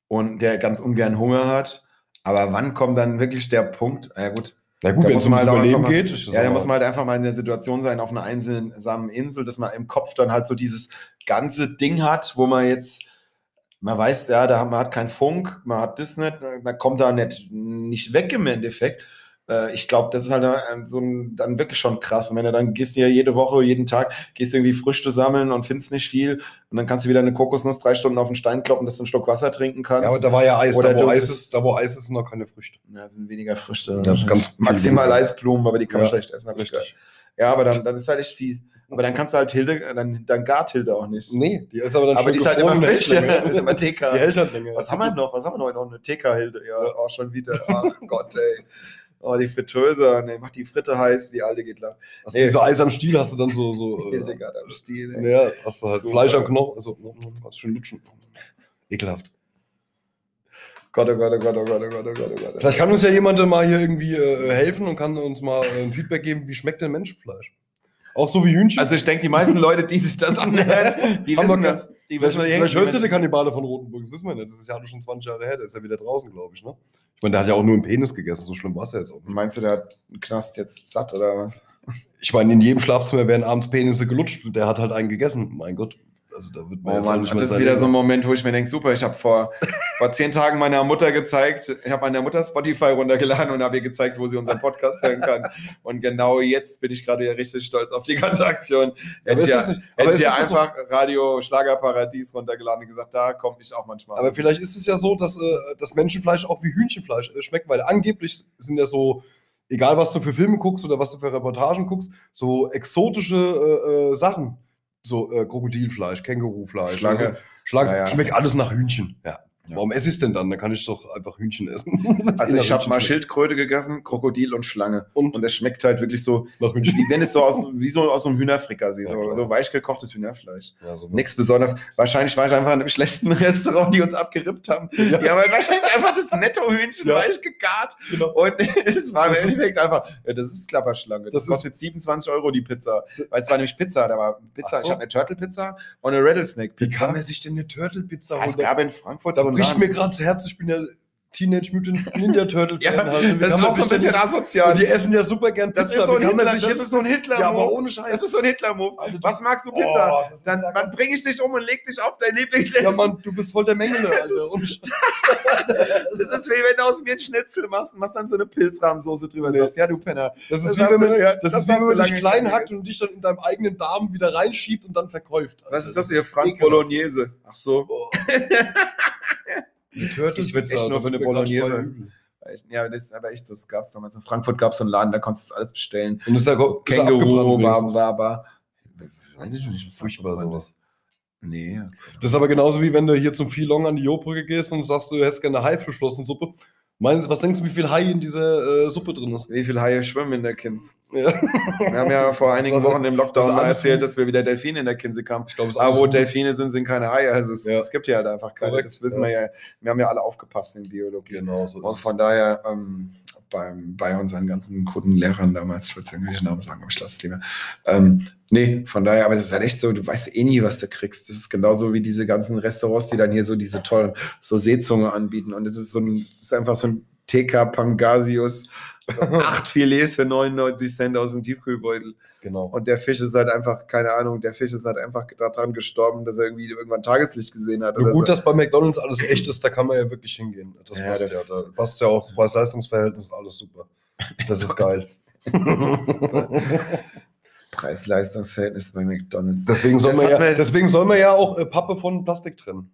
Speaker 1: und der ganz ungern Hunger hat. Aber wann kommt dann wirklich der Punkt? Ja gut,
Speaker 2: Na gut,
Speaker 1: Da
Speaker 2: wenn
Speaker 1: muss
Speaker 2: es
Speaker 1: man
Speaker 2: ums
Speaker 1: halt auch
Speaker 2: Überleben
Speaker 1: einfach mal-
Speaker 2: geht. ist das
Speaker 1: ja, da
Speaker 2: aber-
Speaker 1: muss man halt einfach mal in der Situation sein, auf einer einsamen Insel, dass man im Kopf dann halt so dieses ganze Ding hat, wo man jetzt, man weiß, ja, da hat, man hat keinen Funk, man hat das nicht, man kommt da nicht, nicht weg im Endeffekt. Äh, Ich glaube, das ist halt äh, so ein, dann wirklich schon krass. Und wenn du dann gehst du ja jede Woche, jeden Tag, gehst irgendwie Früchte sammeln und findest nicht viel und dann kannst du wieder eine Kokosnuss drei Stunden auf den Stein kloppen, dass du einen Schluck Wasser trinken
Speaker 2: ja, aber
Speaker 1: kannst.
Speaker 2: da war ja Eis.
Speaker 1: Oder
Speaker 2: Da wo
Speaker 1: du-
Speaker 2: Eis, ist, da wo Eis ist, sind noch keine Früchte.
Speaker 1: Ja, sind weniger Früchte.
Speaker 2: Ja, ganz viel
Speaker 1: Maximal
Speaker 2: weniger.
Speaker 1: Eisblumen, aber die kann man
Speaker 2: Ja,
Speaker 1: schlecht essen. hab ich gehört. Ja, aber dann, dann ist halt echt fies. Aber dann kannst du halt Hilde, dann, dann gart Hilde auch nicht.
Speaker 2: Nee, die ist aber dann
Speaker 1: aber
Speaker 2: schon
Speaker 1: die ist halt immer
Speaker 2: gefroren
Speaker 1: frisch.
Speaker 2: in der
Speaker 1: Ja.
Speaker 2: Heldlänge.
Speaker 1: Ist immer
Speaker 2: Die
Speaker 1: TK.
Speaker 2: Elternlänge.
Speaker 1: Was haben wir noch? Was haben wir noch? Noch eine TK-Hilde. Ja, auch schon wieder. Ach Gott, ey. Oh, die Fritteuse. Nee, mach die Fritte heiß. Die alte geht lang.
Speaker 2: Also, nee. so Eis am Stiel hast du dann so. so
Speaker 1: Hilde
Speaker 2: äh,
Speaker 1: gart am Stiel, ey.
Speaker 2: ja, hast du halt
Speaker 1: Super.
Speaker 2: Fleisch am Knochen. Also, kannst schön lutschen. Ekelhaft.
Speaker 1: Gott, oh Gott, oh Gott, oh Gott, oh Gott, oh Gott, oh Gott.
Speaker 2: Vielleicht kann uns ja jemand mal hier irgendwie äh, helfen und kann uns mal äh, ein Feedback geben, wie schmeckt denn Menschenfleisch? Auch so wie Hühnchen.
Speaker 1: Also ich denke, die meisten Leute, die sich das anhören, die
Speaker 2: Haben wir
Speaker 1: wissen das. Die
Speaker 2: vielleicht
Speaker 1: wissen
Speaker 2: vielleicht hörst du
Speaker 1: irgendwie-
Speaker 2: den Kannibale von Rotenburg, das wissen wir nicht. Das ist ja alles schon 20 Jahre her, der ist ja wieder draußen, glaube ich. Ne? Ich meine, der hat ja auch nur einen Penis gegessen, so schlimm war es ja jetzt auch nicht.
Speaker 1: Meinst du, der hat einen Knast jetzt satt oder was?
Speaker 2: Ich meine, in jedem Schlafzimmer werden abends Penisse gelutscht und der hat halt einen gegessen. Mein Gott. Also da wird man
Speaker 1: Oh
Speaker 2: jetzt auch
Speaker 1: Mann,
Speaker 2: nicht mehr
Speaker 1: das ist
Speaker 2: sein
Speaker 1: wieder
Speaker 2: Leben-
Speaker 1: so ein Moment, wo ich mir denke, super, ich habe vor, vor zehn Tagen meiner Mutter gezeigt, ich habe meiner Mutter Spotify runtergeladen und habe ihr gezeigt, wo sie unseren Podcast hören kann. Und genau jetzt bin ich gerade wieder richtig stolz auf die ganze Aktion.
Speaker 2: Aber
Speaker 1: Hätte ich
Speaker 2: ist
Speaker 1: ja,
Speaker 2: das nicht, aber
Speaker 1: hätte
Speaker 2: ist
Speaker 1: ich ja
Speaker 2: das so,
Speaker 1: einfach Radio Schlagerparadies runtergeladen und gesagt, da komme ich auch manchmal.
Speaker 2: Aber vielleicht ist es ja so, dass äh, das Menschenfleisch auch wie Hühnchenfleisch äh, schmeckt, weil angeblich sind ja so, egal was du für Filme guckst oder was du für Reportagen guckst, so exotische äh, äh, Sachen. So äh, Krokodilfleisch, Kängurufleisch,
Speaker 1: Schlange.
Speaker 2: Also, Schlange.
Speaker 1: Ja, ja.
Speaker 2: Schmeckt alles nach Hühnchen. Ja.
Speaker 1: Ja.
Speaker 2: Warum esse ich es denn dann? Dann kann ich doch einfach Hühnchen essen. Das
Speaker 1: also
Speaker 2: eh nach
Speaker 1: ich habe
Speaker 2: Hühnchen
Speaker 1: mal
Speaker 2: schmeckt.
Speaker 1: Schildkröte gegessen, Krokodil und Schlange.
Speaker 2: Und?
Speaker 1: Und es schmeckt halt wirklich so,
Speaker 2: Nach Hühnchen.
Speaker 1: wie wenn es so aus, wie so aus so einem Hühnerfrikassee,
Speaker 2: Ja,
Speaker 1: so,
Speaker 2: klar.
Speaker 1: so weich gekochtes Hühnerfleisch.
Speaker 2: Ja, so
Speaker 1: Nichts Besonderes. Wahrscheinlich war ich einfach in einem schlechten Restaurant, die uns abgerippt haben. Ja, die haben halt wahrscheinlich einfach das Netto-Hühnchen
Speaker 2: Ja.
Speaker 1: weich gegart.
Speaker 2: Genau.
Speaker 1: Und es war im
Speaker 2: Das ist-
Speaker 1: Endeffekt einfach, ja, das ist Klapperschlange. Das,
Speaker 2: Das ist-
Speaker 1: kostet 27 Euro die Pizza. Weil es war nämlich Pizza, da war Pizza.
Speaker 2: Ach so.
Speaker 1: Ich habe eine Turtle-Pizza und eine
Speaker 2: Wie kann
Speaker 1: Rattlesnake-Pizza.
Speaker 2: man sich denn eine Turtle-Pizza
Speaker 1: Ja,
Speaker 2: holen?
Speaker 1: Es gab in Frankfurt
Speaker 2: Da
Speaker 1: so einen
Speaker 2: bricht
Speaker 1: Laden.
Speaker 2: mir gerade das Herz. Ich bin ja Teenage Mutant Ninja Turtle-Fan.
Speaker 1: Ja,
Speaker 2: halt. Wie
Speaker 1: Das
Speaker 2: kann
Speaker 1: ist
Speaker 2: man
Speaker 1: auch so ein
Speaker 2: sich denn
Speaker 1: bisschen
Speaker 2: jetzt-
Speaker 1: asozial.
Speaker 2: Und die essen ja super gern Pizza.
Speaker 1: das ist so ein
Speaker 2: Wie kann man
Speaker 1: Hitler-
Speaker 2: sich
Speaker 1: das
Speaker 2: jetzt-
Speaker 1: ist so ein Hitler-Move.
Speaker 2: Ja, aber ohne Scheiß.
Speaker 1: das ist so ein Hitler-Move. Was magst du Pizza?
Speaker 2: Pizza. Oh,
Speaker 1: dann, dann bringe ich dich um und leg dich auf dein Lieblingsessen.
Speaker 2: ja, Mann, du bist voll der Mängel, Alter. Und-
Speaker 1: Das ist wie wenn du aus mir einen Schnitzel machst und machst dann so eine Pilzrahmsoße drüber.
Speaker 2: Nee.
Speaker 1: Sagst, ja, du Penner.
Speaker 2: Das
Speaker 1: Das
Speaker 2: ist wie
Speaker 1: hast
Speaker 2: wenn
Speaker 1: du-
Speaker 2: man,
Speaker 1: ja,
Speaker 2: das
Speaker 1: das
Speaker 2: ist wie
Speaker 1: hast
Speaker 2: wenn man
Speaker 1: du
Speaker 2: dich
Speaker 1: lange
Speaker 2: klein
Speaker 1: nicht
Speaker 2: hackt und dich dann in deinem eigenen Darm wieder reinschiebt und dann verkäuft. Alter.
Speaker 1: Was ist das hier?
Speaker 2: ist
Speaker 1: Frank
Speaker 2: ekelhaft.
Speaker 1: Bolognese. Ach so.
Speaker 2: Boah. Die Turtles
Speaker 1: Ich würd's echt nur für eine Bolognese. Ja, das ist aber echt so. Es gab's damals in Frankfurt gab es so einen Laden, da konntest du alles bestellen.
Speaker 2: Und ist da go- ist da
Speaker 1: Känguru,
Speaker 2: abgebrannt
Speaker 1: Baba,
Speaker 2: wenigstens.
Speaker 1: Baba. Weiß ich nicht, was
Speaker 2: Furchtbar sowas.
Speaker 1: Nee.
Speaker 2: Das ist aber genauso wie wenn du hier zum Long an die Jobrücke gehst und sagst, du hättest gerne Haifischflossensuppe. Meinst, was denkst du, wie viel Hai in dieser äh, Suppe drin ist?
Speaker 1: Wie viele Haie schwimmen in der Kinz?
Speaker 2: Ja.
Speaker 1: Wir haben ja vor einigen Wochen im
Speaker 2: Das
Speaker 1: Lockdown
Speaker 2: ist
Speaker 1: mal
Speaker 2: alles
Speaker 1: erzählt,
Speaker 2: gut.
Speaker 1: dass wir wieder Delfine in der Kinse kamen.
Speaker 2: Ich glaube, es ist
Speaker 1: Aber
Speaker 2: alles
Speaker 1: Ah, wo
Speaker 2: gut.
Speaker 1: Delfine sind, sind keine Haie. Also es,
Speaker 2: Ja.
Speaker 1: es gibt ja halt einfach keine.
Speaker 2: Korrekt,
Speaker 1: Das wissen wir ja. Wir haben ja alle aufgepasst in Biologie.
Speaker 2: Genau, so
Speaker 1: Und
Speaker 2: es.
Speaker 1: von daher, ähm, beim, bei unseren ganzen guten Lehrern damals, ich wollte jetzt irgendwelche Namen sagen, aber ich lasse es lieber. Ähm, nee, von daher, aber das ist halt echt so, du weißt eh nie, was du kriegst. Das ist genauso wie diese ganzen Restaurants, die dann hier so diese tollen, so Seezunge anbieten. Und das ist so ein, das ist einfach so ein TK Pangasius. So acht Filets für 99 Cent aus dem Tiefkühlbeutel.
Speaker 2: Genau.
Speaker 1: Und der Fisch ist halt einfach, keine Ahnung, der Fisch ist halt einfach daran gestorben, dass er irgendwie irgendwann Tageslicht gesehen hat.
Speaker 2: Nur
Speaker 1: oder
Speaker 2: gut,
Speaker 1: so.
Speaker 2: dass bei McDonalds alles echt ist, da kann man ja wirklich hingehen. Das
Speaker 1: Ja,
Speaker 2: passt
Speaker 1: der-
Speaker 2: ja. Da passt ja auch das Preis-Leistungs-Verhältnis, alles super. Das ist geil.
Speaker 1: Preis-Leistungs-Verhältnis bei McDonalds.
Speaker 2: deswegen, soll
Speaker 1: Das
Speaker 2: man
Speaker 1: hat
Speaker 2: ja,
Speaker 1: mir-
Speaker 2: deswegen soll man ja auch äh, Pappe von Plastik trennen.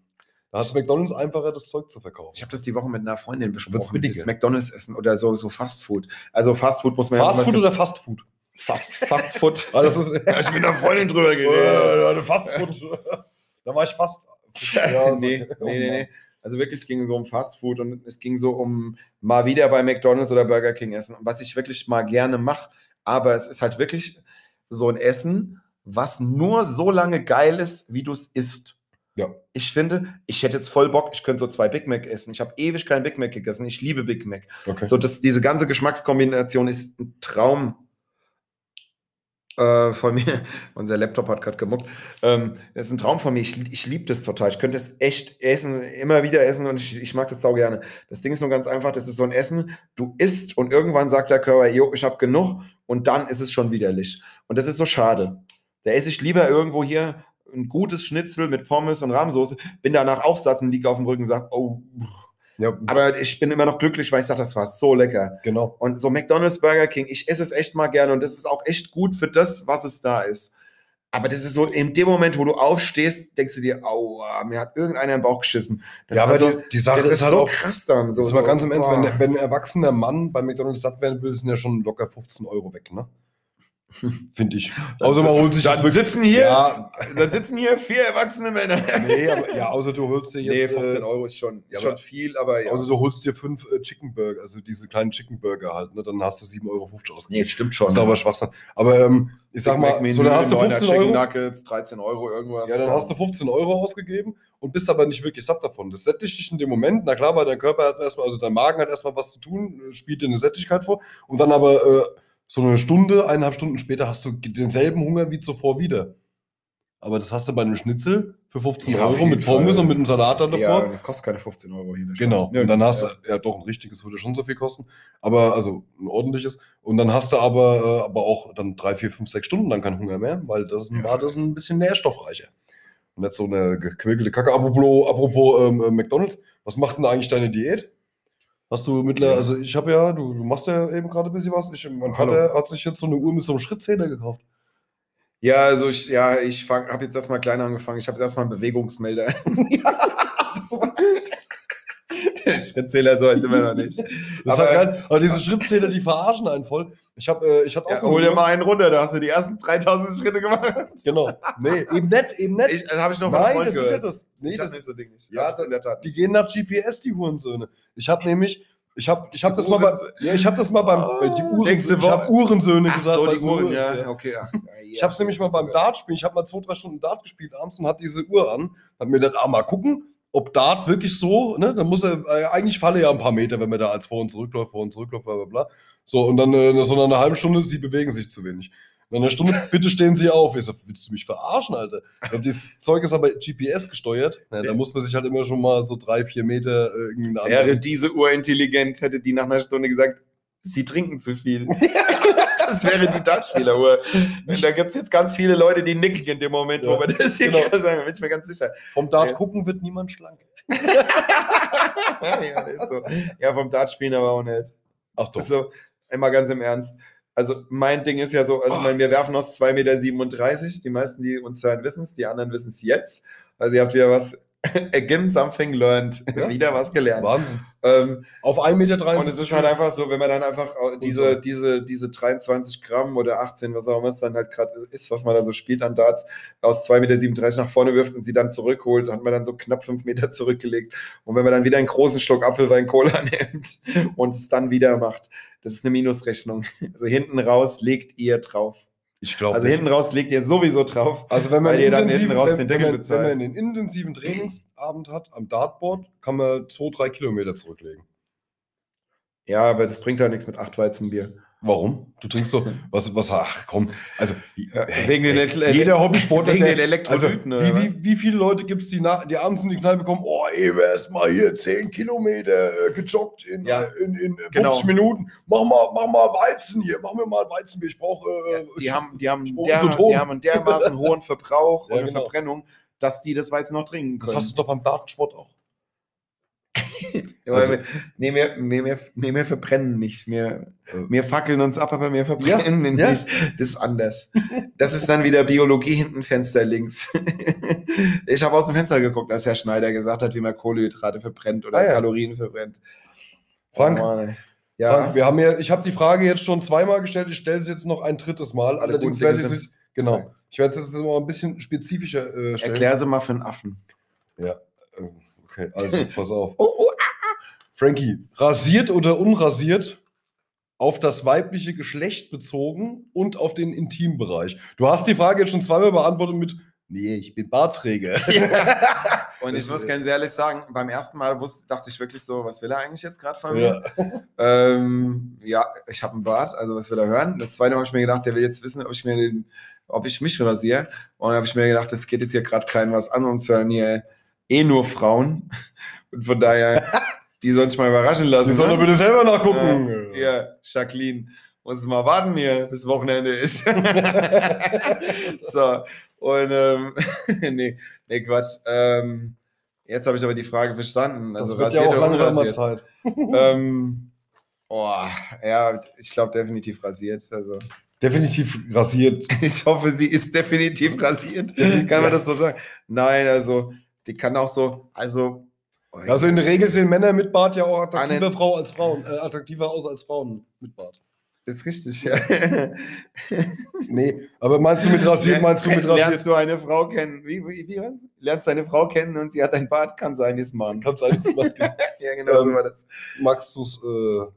Speaker 2: Da hat McDonalds einfacher, das Zeug zu verkaufen.
Speaker 1: Ich habe das die Woche mit einer Freundin
Speaker 2: Wird's
Speaker 1: besprochen.
Speaker 2: billiger.
Speaker 1: Das McDonalds essen oder so, so Fast Food. Also Fast Food muss man
Speaker 2: Fast
Speaker 1: ja
Speaker 2: Food oder Fast Food?
Speaker 1: Fast, Fast Food.
Speaker 2: Ah, das ist.
Speaker 1: Da hab ich mit einer Freundin drüber
Speaker 2: Äh, Fast Food. da war ich fast.
Speaker 1: Ja,
Speaker 2: so-
Speaker 1: nee,
Speaker 2: Oh
Speaker 1: nee, nee,
Speaker 2: Mann.
Speaker 1: nee. Also wirklich, es ging so um Fast Food und es ging so um mal wieder bei McDonalds oder Burger King essen. Und was ich wirklich mal gerne mache, aber es ist halt wirklich so ein Essen, was nur so lange geil ist, wie du es isst.
Speaker 2: Ja.
Speaker 1: Ich finde, ich hätte jetzt voll Bock, ich könnte so zwei Big Mac essen. Ich habe ewig keinen Big Mac gegessen. Ich liebe Big Mac.
Speaker 2: Oh Okay.
Speaker 1: So, das, diese ganze Geschmackskombination ist ein Traum äh, von mir. Unser Laptop hat gerade gemuckt. Ähm, das ist ein Traum von mir. Ich, ich liebe das total. Ich könnte das echt essen, immer wieder essen und ich, ich mag das sau gerne. Das Ding ist nur ganz einfach, das ist so ein Essen, du isst und irgendwann sagt der Körper, jo, ich habe genug und dann ist es schon widerlich. Und das ist so schade. Da esse ich lieber irgendwo hier ein gutes Schnitzel mit Pommes und Rahmsoße, bin danach auch satt und liege auf dem Rücken und sage, oh.
Speaker 2: Ja,
Speaker 1: Aber ich bin immer noch glücklich, weil ich sage, das war so lecker.
Speaker 2: genau.
Speaker 1: Und so McDonald's, Burger King, ich esse es echt mal gerne und das ist auch echt gut für das, was es da ist. Aber das ist so, in dem Moment, wo du aufstehst, denkst du dir, aua, mir hat irgendeiner im Bauch geschissen. Das,
Speaker 2: ja,
Speaker 1: war
Speaker 2: aber
Speaker 1: so,
Speaker 2: die, die Sache
Speaker 1: das
Speaker 2: ist,
Speaker 1: ist,
Speaker 2: halt
Speaker 1: so
Speaker 2: auch.
Speaker 1: krass dann. Also So,
Speaker 2: das ist mal
Speaker 1: so,
Speaker 2: ganz im Ernst,
Speaker 1: boah.
Speaker 2: wenn, wenn ein erwachsener Mann bei McDonalds satt werden will, sind ja schon locker 15 Euro weg, ne? Finde ich. Außer man holt sich
Speaker 1: dann
Speaker 2: jetzt wirklich-
Speaker 1: sitzen hier,
Speaker 2: Ja,
Speaker 1: dann sitzen hier vier erwachsene Männer.
Speaker 2: nee, aber, ja, außer du holst dir jetzt. äh,
Speaker 1: Euro ist schon,
Speaker 2: ja, aber-
Speaker 1: viel, aber
Speaker 2: Also du holst dir fünf äh, Chicken Burger, also diese kleinen Chicken Burger halt, ne? dann hast du 7,50 Euro ausgegeben.
Speaker 1: nee, stimmt schon. ne?
Speaker 2: Das ist aber Schwachsinn. Aber ähm, ich sag mal, so, dann hast du 15 Euro.
Speaker 1: Nuggets, 13 Euro irgendwas.
Speaker 2: Ja, dann hast du 15 Euro ausgegeben und bist aber nicht wirklich satt davon. Das sättigt dich in dem Moment. Na klar, weil dein Körper hat erstmal, also dein Magen hat erstmal was zu tun, äh, spielt dir eine Sättigkeit vor. Und dann aber äh, so eine Stunde, eineinhalb Stunden später hast du denselben Hunger wie zuvor wieder. Aber das hast du bei einem Schnitzel für 15
Speaker 1: Ja, auf
Speaker 2: Euro mit
Speaker 1: jeden
Speaker 2: Pommes
Speaker 1: Fall.
Speaker 2: und mit einem Salat dann davor.
Speaker 1: Ja, das kostet keine 15 Euro hier.
Speaker 2: Genau. Und dann hast du, ja doch, ein richtiges würde schon so viel kosten, aber also ein ordentliches. Und dann hast du aber, äh, aber auch dann drei, vier, fünf, sechs Stunden dann keinen Hunger mehr, weil das
Speaker 1: Ja,
Speaker 2: war das
Speaker 1: das-
Speaker 2: ein bisschen nährstoffreicher. Und jetzt so eine gequirkelte Kacke. Apropos, apropos ähm, äh, McDonalds, was macht denn eigentlich deine Diät? Hast du mittlerweile,
Speaker 1: Ja.
Speaker 2: also ich habe ja, du, du machst ja eben gerade ein bisschen was. Ich, mein
Speaker 1: Hallo.
Speaker 2: Vater hat sich jetzt so eine Uhr mit so einem Schrittzähler gekauft.
Speaker 1: Ja, also ich, ja, ich habe jetzt erstmal klein angefangen. Ich habe jetzt erstmal einen Bewegungsmelder. ich erzähle so als immer noch nicht.
Speaker 2: Das
Speaker 1: Aber-
Speaker 2: aber, halt geil. aber diese Schrittzähler, die verarschen einen voll. Ich habe äh, ich hab auch
Speaker 1: Ja,
Speaker 2: so eine
Speaker 1: hol dir
Speaker 2: Uhr.
Speaker 1: mal einen runter, da hast du die ersten 3000 Schritte gemacht.
Speaker 2: Genau. Nee, eben nett, eben nett.
Speaker 1: Ich, das habe ich noch von einem
Speaker 2: Nein,
Speaker 1: Freund
Speaker 2: das ist ja
Speaker 1: gehört.
Speaker 2: das. Nee,
Speaker 1: ich
Speaker 2: das
Speaker 1: das nicht so Ding nicht.
Speaker 2: Ja,
Speaker 1: das in der Tat.
Speaker 2: die gehen nach GPS, die Hurensöhne. Ich habe nämlich, ich habe ich hab das,
Speaker 1: Die
Speaker 2: mal bei,
Speaker 1: Uhrensöhne.
Speaker 2: ja, ich hab das mal beim,
Speaker 1: Ah,
Speaker 2: weil die Uhren,
Speaker 1: nächste
Speaker 2: ich habe
Speaker 1: Woche.
Speaker 2: Uhrensöhne
Speaker 1: Ach
Speaker 2: gesagt.
Speaker 1: so,
Speaker 2: weil
Speaker 1: die
Speaker 2: es eine
Speaker 1: Uhren,
Speaker 2: Uhr
Speaker 1: ja,
Speaker 2: ist, ja.
Speaker 1: okay. Ja. Ja,
Speaker 2: Ich habe es nämlich mal beim Dartspielen, ich habe mal zwei, drei Stunden Dart gespielt abends und hatte diese Uhr an. Hab mir gedacht, ah, mal gucken, ob Dart wirklich so, ne, dann muss er, äh, eigentlich falle ja ein paar Meter, wenn man da als vor und zurückläuft, vor und zurückläuft, bla bla bla. So, und dann, äh, so nach einer halben Stunde, sie bewegen sich zu wenig. Nach einer Stunde, bitte stehen Sie auf. Ich so, willst du mich verarschen, Alter? Ja, dieses Zeug ist aber GPS gesteuert. Ja, da muss man sich halt immer schon mal so drei, vier Meter äh, irgendwie eine
Speaker 1: Wäre
Speaker 2: andere-
Speaker 1: diese Uhr intelligent, hätte die nach einer Stunde gesagt, sie trinken zu viel. das wäre die Dartspieler-Uhr. Und Da gibt es jetzt ganz viele Leute, die nicken in dem Moment, wo
Speaker 2: Ja,
Speaker 1: wir das hier
Speaker 2: genau.
Speaker 1: gerade sagen. Da bin ich mir ganz sicher.
Speaker 2: Vom Dart
Speaker 1: Ja.
Speaker 2: gucken wird niemand schlank.
Speaker 1: ja, ja, ist so. ja, vom Dartspielen aber auch nicht.
Speaker 2: Ach doch.
Speaker 1: So, immer ganz im Ernst. Also mein Ding ist ja so, also mein, wir werfen aus 2,37 Meter. Die meisten, die uns hören, wissen es, die anderen wissen es jetzt. Also ihr habt wieder was, again something learned,
Speaker 2: Ja.
Speaker 1: wieder was gelernt.
Speaker 2: Wahnsinn.
Speaker 1: Ähm,
Speaker 2: Auf 1,73 Meter.
Speaker 1: und es ist halt einfach so, wenn man dann einfach au- diese,
Speaker 2: Unsere.
Speaker 1: diese, diese 23 Gramm oder 18, was auch immer es dann halt gerade ist, was man da so spielt an Darts, aus 2,37 Meter nach vorne wirft und sie dann zurückholt, hat man dann so knapp 5 Meter zurückgelegt. Und wenn man dann wieder einen großen Schluck Apfelwein Cola nimmt und es dann wieder macht, das ist eine Minusrechnung. Also hinten raus legt ihr drauf.
Speaker 2: Ich glaube
Speaker 1: Also hinten raus legt ihr sowieso drauf.
Speaker 2: Also wenn man,
Speaker 1: Weil ihr dann
Speaker 2: intensiv-
Speaker 1: hinten raus
Speaker 2: wenn,
Speaker 1: den
Speaker 2: wenn,
Speaker 1: Deckel
Speaker 2: man, wenn
Speaker 1: bezahlt.
Speaker 2: man einen intensiven Trainingsabend hat am Dartboard, kann man zwei, drei Kilometer zurücklegen.
Speaker 1: Ja, aber das bringt ja nichts mit 8 Weizenbier.
Speaker 2: Warum? Du trinkst doch was, was, ach komm, also
Speaker 1: Ja,
Speaker 2: hä,
Speaker 1: wegen den
Speaker 2: hä,
Speaker 1: Elektro-
Speaker 2: jeder Hobbysportler,
Speaker 1: wegen
Speaker 2: der-
Speaker 1: den Elektrolyten,
Speaker 2: also,
Speaker 1: oder
Speaker 2: wie, wie, wie viele Leute gibt es, die, nach- die abends in die Kneipe kommen, oh ey, wer ist mal hier 10 Kilometer äh, gejoggt in,
Speaker 1: Ja.
Speaker 2: äh, in, in 50
Speaker 1: Genau.
Speaker 2: Minuten, mach mal, mach mal Weizen hier, mach mir mal Weizenbier, ich brauche äh,
Speaker 1: die haben, die haben,
Speaker 2: Strom
Speaker 1: der,
Speaker 2: zu Ton.
Speaker 1: die haben einen dermaßen hohen Verbrauch
Speaker 2: Ja,
Speaker 1: und eine
Speaker 2: genau.
Speaker 1: Verbrennung, dass die das Weizen noch trinken können.
Speaker 2: Das hast du doch beim Dartsport auch.
Speaker 1: Ja, weil wir, nee, wir, nee, wir, nee, wir verbrennen nicht. Wir,
Speaker 2: Äh.
Speaker 1: wir fackeln uns ab, aber wir verbrennen
Speaker 2: ja.
Speaker 1: nicht. Das ist anders. Das ist dann wieder Biologie hinten Fenster links. ich habe aus dem Fenster geguckt, als Herr Schneider gesagt hat, wie man Kohlenhydrate verbrennt oder
Speaker 2: Ah, ja.
Speaker 1: Kalorien verbrennt.
Speaker 2: Frank,
Speaker 1: Oh Mann, ey.
Speaker 2: Frank,
Speaker 1: ja.
Speaker 2: wir haben ja, ich habe die Frage jetzt schon zweimal gestellt, ich stelle sie jetzt noch ein drittes Mal.
Speaker 1: Alle
Speaker 2: Allerdings
Speaker 1: guten Dinge
Speaker 2: werde ich sie,
Speaker 1: sind-
Speaker 2: genau, ich werde es jetzt noch ein bisschen spezifischer äh, stellen.
Speaker 1: Erklär sie mal für einen Affen.
Speaker 2: Ähm, Okay, also pass auf.
Speaker 1: Oh,
Speaker 2: Frankie, rasiert oder unrasiert, auf das weibliche Geschlecht bezogen und auf den Intimbereich. Du hast die Frage jetzt schon zweimal beantwortet mit Nee, ich bin Bartträger.
Speaker 1: Und ich
Speaker 2: Das-
Speaker 1: muss ganz ehrlich sagen, beim ersten Mal wusste, dachte ich wirklich so, was will er eigentlich jetzt gerade von mir?
Speaker 2: Ja.
Speaker 1: Ähm, ja, ich habe einen Bart, also was will er hören? Das zweite Mal habe ich mir gedacht, der will jetzt wissen, ob ich, mir den, ob ich mich rasiere. Und dann habe ich mir gedacht, das geht jetzt hier gerade keinem was an, uns hören hier eh nur Frauen. Und von daher, die sollen sich mal überraschen lassen.
Speaker 2: Sie Also, sollen doch
Speaker 1: ne?
Speaker 2: bitte selber nachgucken.
Speaker 1: Äh, hier, Jacqueline, muss mal warten hier, bis Wochenende ist. so, und ähm, nee, nee, Quatsch. Ähm, jetzt habe ich aber die Frage verstanden.
Speaker 2: Das
Speaker 1: Also,
Speaker 2: wird ja
Speaker 1: rasiert
Speaker 2: auch
Speaker 1: oder
Speaker 2: langsamer
Speaker 1: unrasiert?
Speaker 2: Zeit.
Speaker 1: ähm, oh, ja, ich glaube definitiv rasiert. Also.
Speaker 2: Definitiv rasiert.
Speaker 1: Ich hoffe, sie ist definitiv rasiert. Kann
Speaker 2: Ja.
Speaker 1: man das so sagen? Nein, also die kann auch so, also. oh,
Speaker 2: Also in der Regel sehen Männer mit Bart ja auch attraktiver,
Speaker 1: Anne-
Speaker 2: Frau als Frauen, äh, attraktiver aus als Frauen mit Bart.
Speaker 1: ist richtig. Ja.
Speaker 2: Nee, aber meinst du mit rasiert, meinst du mit
Speaker 1: Äh, Lernst
Speaker 2: rasiert?
Speaker 1: du eine Frau kennen? Wie, wie, wie? was? Lernst du eine Frau kennen und sie hat ein Bart? Kann sein, ist Mann.
Speaker 2: Kannst alles machen.
Speaker 1: Ja,
Speaker 2: Ähm,
Speaker 1: das.
Speaker 2: Magst du es äh,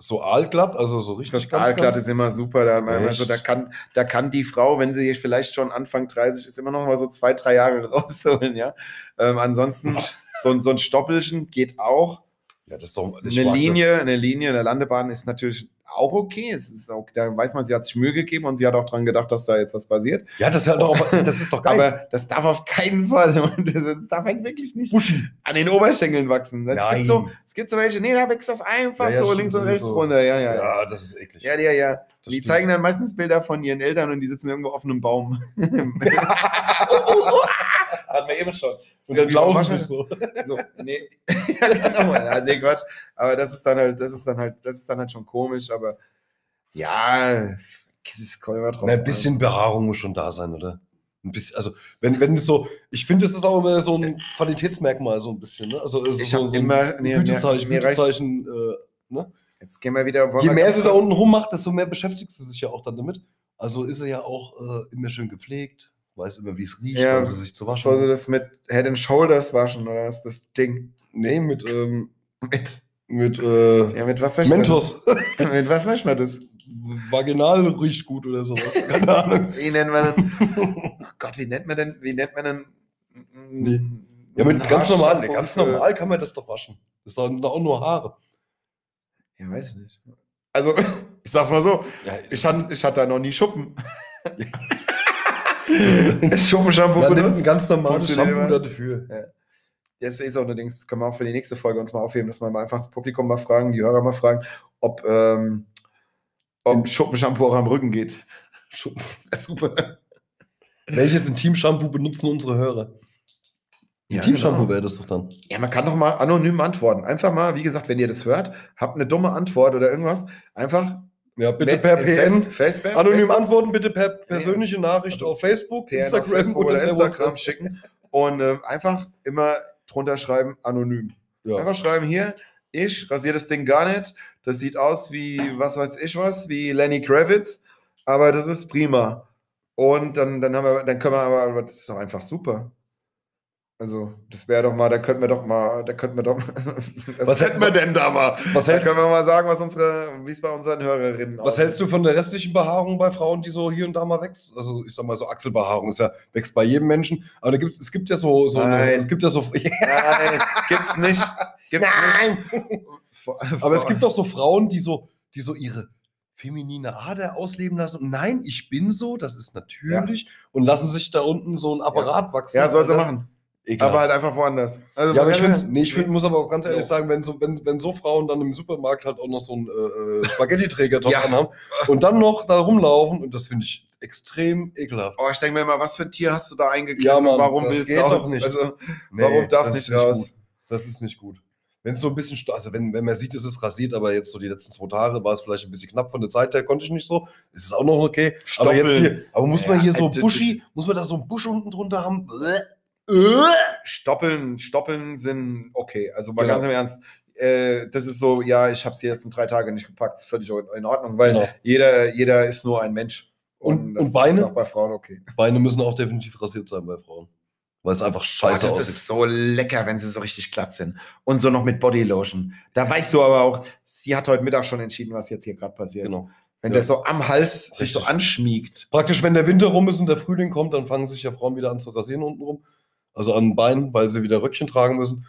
Speaker 2: so aalglatt, also so richtig ganz,
Speaker 1: Aalglatt
Speaker 2: ganz-
Speaker 1: ist immer super. Da,
Speaker 2: Echt?
Speaker 1: also, da, kann, da kann die Frau, wenn sie vielleicht schon Anfang 30 ist, immer noch mal so zwei, drei Jahre rausholen. Ja? Ähm, ansonsten, so, ein- so ein Stoppelchen geht auch.
Speaker 2: Ja, das ist doch ich
Speaker 1: Eine
Speaker 2: mag
Speaker 1: Linie, eine Linie in der Landebahn ist natürlich auch okay. Es ist auch, da weiß man, sie hat sich Mühe gegeben und sie hat auch dran gedacht, dass da jetzt was passiert.
Speaker 2: Das. Ja, das ist, halt doch, das ist doch geil.
Speaker 1: Aber das darf auf keinen Fall, das darf halt wirklich nicht
Speaker 2: Buschi.
Speaker 1: an den Oberschenkeln wachsen. Es gibt, so, es gibt so welche, nee, da wächst das einfach
Speaker 2: Ja, ja,
Speaker 1: so
Speaker 2: stimmt,
Speaker 1: links und
Speaker 2: so-
Speaker 1: rechts
Speaker 2: so.
Speaker 1: runter. Ja, ja, ja.
Speaker 2: Ja, das ist eklig.
Speaker 1: Ja, ja, ja.
Speaker 2: das
Speaker 1: die
Speaker 2: stimmt.
Speaker 1: zeigen dann meistens Bilder von ihren Eltern und die sitzen irgendwo auf einem Baum. Hatten wir eben schon.
Speaker 2: eh Und dann lausen sich so.
Speaker 1: So, nee. ja, genau, ja, nee, Quatsch. Aber das ist dann halt, das ist dann halt, das ist dann halt schon komisch, aber ja, das kommt immer drauf.
Speaker 2: Na, ein
Speaker 1: an.
Speaker 2: bisschen Behaarung muss schon da sein, oder? Ein bisschen, also, wenn, wenn es so, ich finde, es ist auch immer so ein Qualitätsmerkmal, so ein bisschen, ne? Also, es ist
Speaker 1: Ich
Speaker 2: so,
Speaker 1: hab
Speaker 2: so
Speaker 1: immer-
Speaker 2: ein
Speaker 1: nee,
Speaker 2: Gütezeichen,
Speaker 1: mir- mir reicht's.
Speaker 2: Gütezeichen. Äh,
Speaker 1: Jetzt gehen wir wieder. wollen
Speaker 2: je
Speaker 1: wir
Speaker 2: mehr
Speaker 1: ganz
Speaker 2: sie da
Speaker 1: kurz-
Speaker 2: unten rummacht, desto mehr beschäftigt sie sich ja auch dann damit. Also ist sie ja auch äh, immer schön gepflegt, weiß immer, wie es riecht,
Speaker 1: Ja,
Speaker 2: wenn sie sich zu
Speaker 1: Was
Speaker 2: waschen.
Speaker 1: soll sie das mit Head and Shoulders waschen oder was? Das Ding.
Speaker 2: nee, mit, ähm,
Speaker 1: Mit,
Speaker 2: mit, äh,
Speaker 1: ja, mit was wäscht man
Speaker 2: Mentos.
Speaker 1: das? Mit was wäscht man das?
Speaker 2: Vaginal riecht gut oder sowas. Keine Ahnung.
Speaker 1: Wie nennt man denn? Oh Gott, wie nennt man denn? Wie nennt man denn?
Speaker 2: Nee.
Speaker 1: Mm,
Speaker 2: Ja, mit ganz
Speaker 1: Haarshampoo
Speaker 2: normal, ganz
Speaker 1: für-
Speaker 2: normal kann man das doch waschen. Das sind doch auch nur Haare.
Speaker 1: Ja, weiß ich nicht. Also, ich sag's mal so,
Speaker 2: Ja,
Speaker 1: ich hatte, ich hatte da noch nie Schuppen. Schuppenshampoo
Speaker 2: man nimmt
Speaker 1: benutzt.
Speaker 2: ein ganz normales
Speaker 1: Funktioniert
Speaker 2: Shampoo
Speaker 1: immer.
Speaker 2: dafür.
Speaker 1: Das ist auch allerdings, können wir auch für die nächste Folge uns mal aufheben, dass wir mal einfach das Publikum mal fragen, die Hörer mal fragen, ob, ähm, ob Schuppenshampoo auch am Rücken geht.
Speaker 2: Schuppen.
Speaker 1: Super.
Speaker 2: Welches Intim-Shampoo benutzen unsere Hörer?
Speaker 1: Ja,
Speaker 2: Intim-Shampoo
Speaker 1: genau.
Speaker 2: wäre das doch dann.
Speaker 1: Ja, man kann doch mal anonym antworten. Einfach mal, wie gesagt, wenn ihr das hört, habt eine dumme Antwort oder irgendwas, einfach
Speaker 2: Ja,
Speaker 1: mit- Face- Facebook,
Speaker 2: Anonym
Speaker 1: Facebook,
Speaker 2: antworten bitte per persönliche Nachricht auf Facebook,
Speaker 1: PN Also auf
Speaker 2: Instagram
Speaker 1: Facebook
Speaker 2: oder,
Speaker 1: oder
Speaker 2: per
Speaker 1: Instagram
Speaker 2: WhatsApp.
Speaker 1: schicken und ähm, einfach immer drunter schreiben, anonym.
Speaker 2: Ja.
Speaker 1: Einfach schreiben hier, ich rasiere das Ding gar nicht. Das sieht aus wie, was weiß ich was, wie Lenny Kravitz, aber das ist prima. Und dann, dann haben wir, dann können wir aber, aber das ist doch einfach super. Also, das wäre doch mal, da könnten wir doch mal, da könnten wir doch mal.
Speaker 2: Was hätten wir
Speaker 1: denn da mal?
Speaker 2: Was,
Speaker 1: Da
Speaker 2: hältst,
Speaker 1: können wir mal sagen, was unsere, wie es bei unseren Hörerinnen
Speaker 2: was hältst du von der restlichen Behaarung bei Frauen, die so hier und da mal wächst? Also ich sag mal so Achselbehaarung ist ja wächst bei jedem Menschen, aber da gibt, es gibt ja so, so eine,
Speaker 1: Nein.
Speaker 2: es gibt ja so
Speaker 1: Nein, gibt's nicht. Gibt's nicht. Vor-
Speaker 2: aber es
Speaker 1: vor-
Speaker 2: gibt doch so Frauen, die so die so ihre feminine Ader ausleben lassen und nein, ich bin so, das ist natürlich und lassen sich da unten so ein Apparat wachsen.
Speaker 1: Ja, soll sie
Speaker 2: Alter.
Speaker 1: machen.
Speaker 2: Ekelhaft.
Speaker 1: Aber halt einfach woanders. Also,
Speaker 2: Ja, aber ich,
Speaker 1: man
Speaker 2: find's,
Speaker 1: kann-
Speaker 2: nee, ich find, muss aber auch ganz ehrlich
Speaker 1: Jo.
Speaker 2: sagen, wenn so, wenn, wenn so Frauen dann im Supermarkt halt auch noch so einen äh, äh, Spaghetti-Träger-Top
Speaker 1: Ja.
Speaker 2: anhaben und dann noch da rumlaufen, und das finde ich extrem ekelhaft.
Speaker 1: Oh, ich denke mir immer, was für ein Tier hast du da eingeklemmt?
Speaker 2: Ja, Mann,
Speaker 1: und warum
Speaker 2: das
Speaker 1: willst
Speaker 2: geht
Speaker 1: du raus?
Speaker 2: doch nicht.
Speaker 1: Also, warum darf's
Speaker 2: das ist
Speaker 1: nicht raus?
Speaker 2: Gut. Das ist nicht gut. Wenn es so ein bisschen, sta- also wenn, wenn man sieht, es ist rasiert, aber jetzt so die letzten zwei Tage war es vielleicht ein bisschen knapp von der Zeit her, konnte ich nicht so. Es ist auch noch okay. Aber jetzt
Speaker 1: Stoppeln.
Speaker 2: hier, aber muss man
Speaker 1: Ja,
Speaker 2: hier so
Speaker 1: äh, d- d-
Speaker 2: Buschi, muss man da so einen Busch unten drunter haben? Äh, äh?
Speaker 1: Stoppeln, Stoppeln sind okay. Also mal
Speaker 2: Genau.
Speaker 1: ganz im Ernst. Äh, das ist so, ja, ich habe es jetzt in drei Tage nicht gepackt. Ist völlig in Ordnung, weil
Speaker 2: Genau.
Speaker 1: jeder, jeder ist nur ein Mensch.
Speaker 2: Und-
Speaker 1: das
Speaker 2: und Beine?
Speaker 1: ist auch bei Frauen okay.
Speaker 2: Beine müssen auch definitiv rasiert sein bei Frauen. Weil es einfach
Speaker 1: Boah,
Speaker 2: scheiße
Speaker 1: das
Speaker 2: aussieht.
Speaker 1: ist so lecker, wenn sie so richtig glatt sind. Und so noch mit Bodylotion. Da weißt du aber auch, sie hat heute Mittag schon entschieden, was jetzt hier gerade passiert.
Speaker 2: Genau.
Speaker 1: Wenn
Speaker 2: Ja.
Speaker 1: der so am Hals sich so
Speaker 2: Richtig.
Speaker 1: anschmiegt.
Speaker 2: Praktisch, wenn der Winter rum ist und der Frühling kommt, dann fangen sich ja Frauen wieder an zu rasieren unten rum. Also an den Beinen, weil sie wieder Röckchen tragen müssen.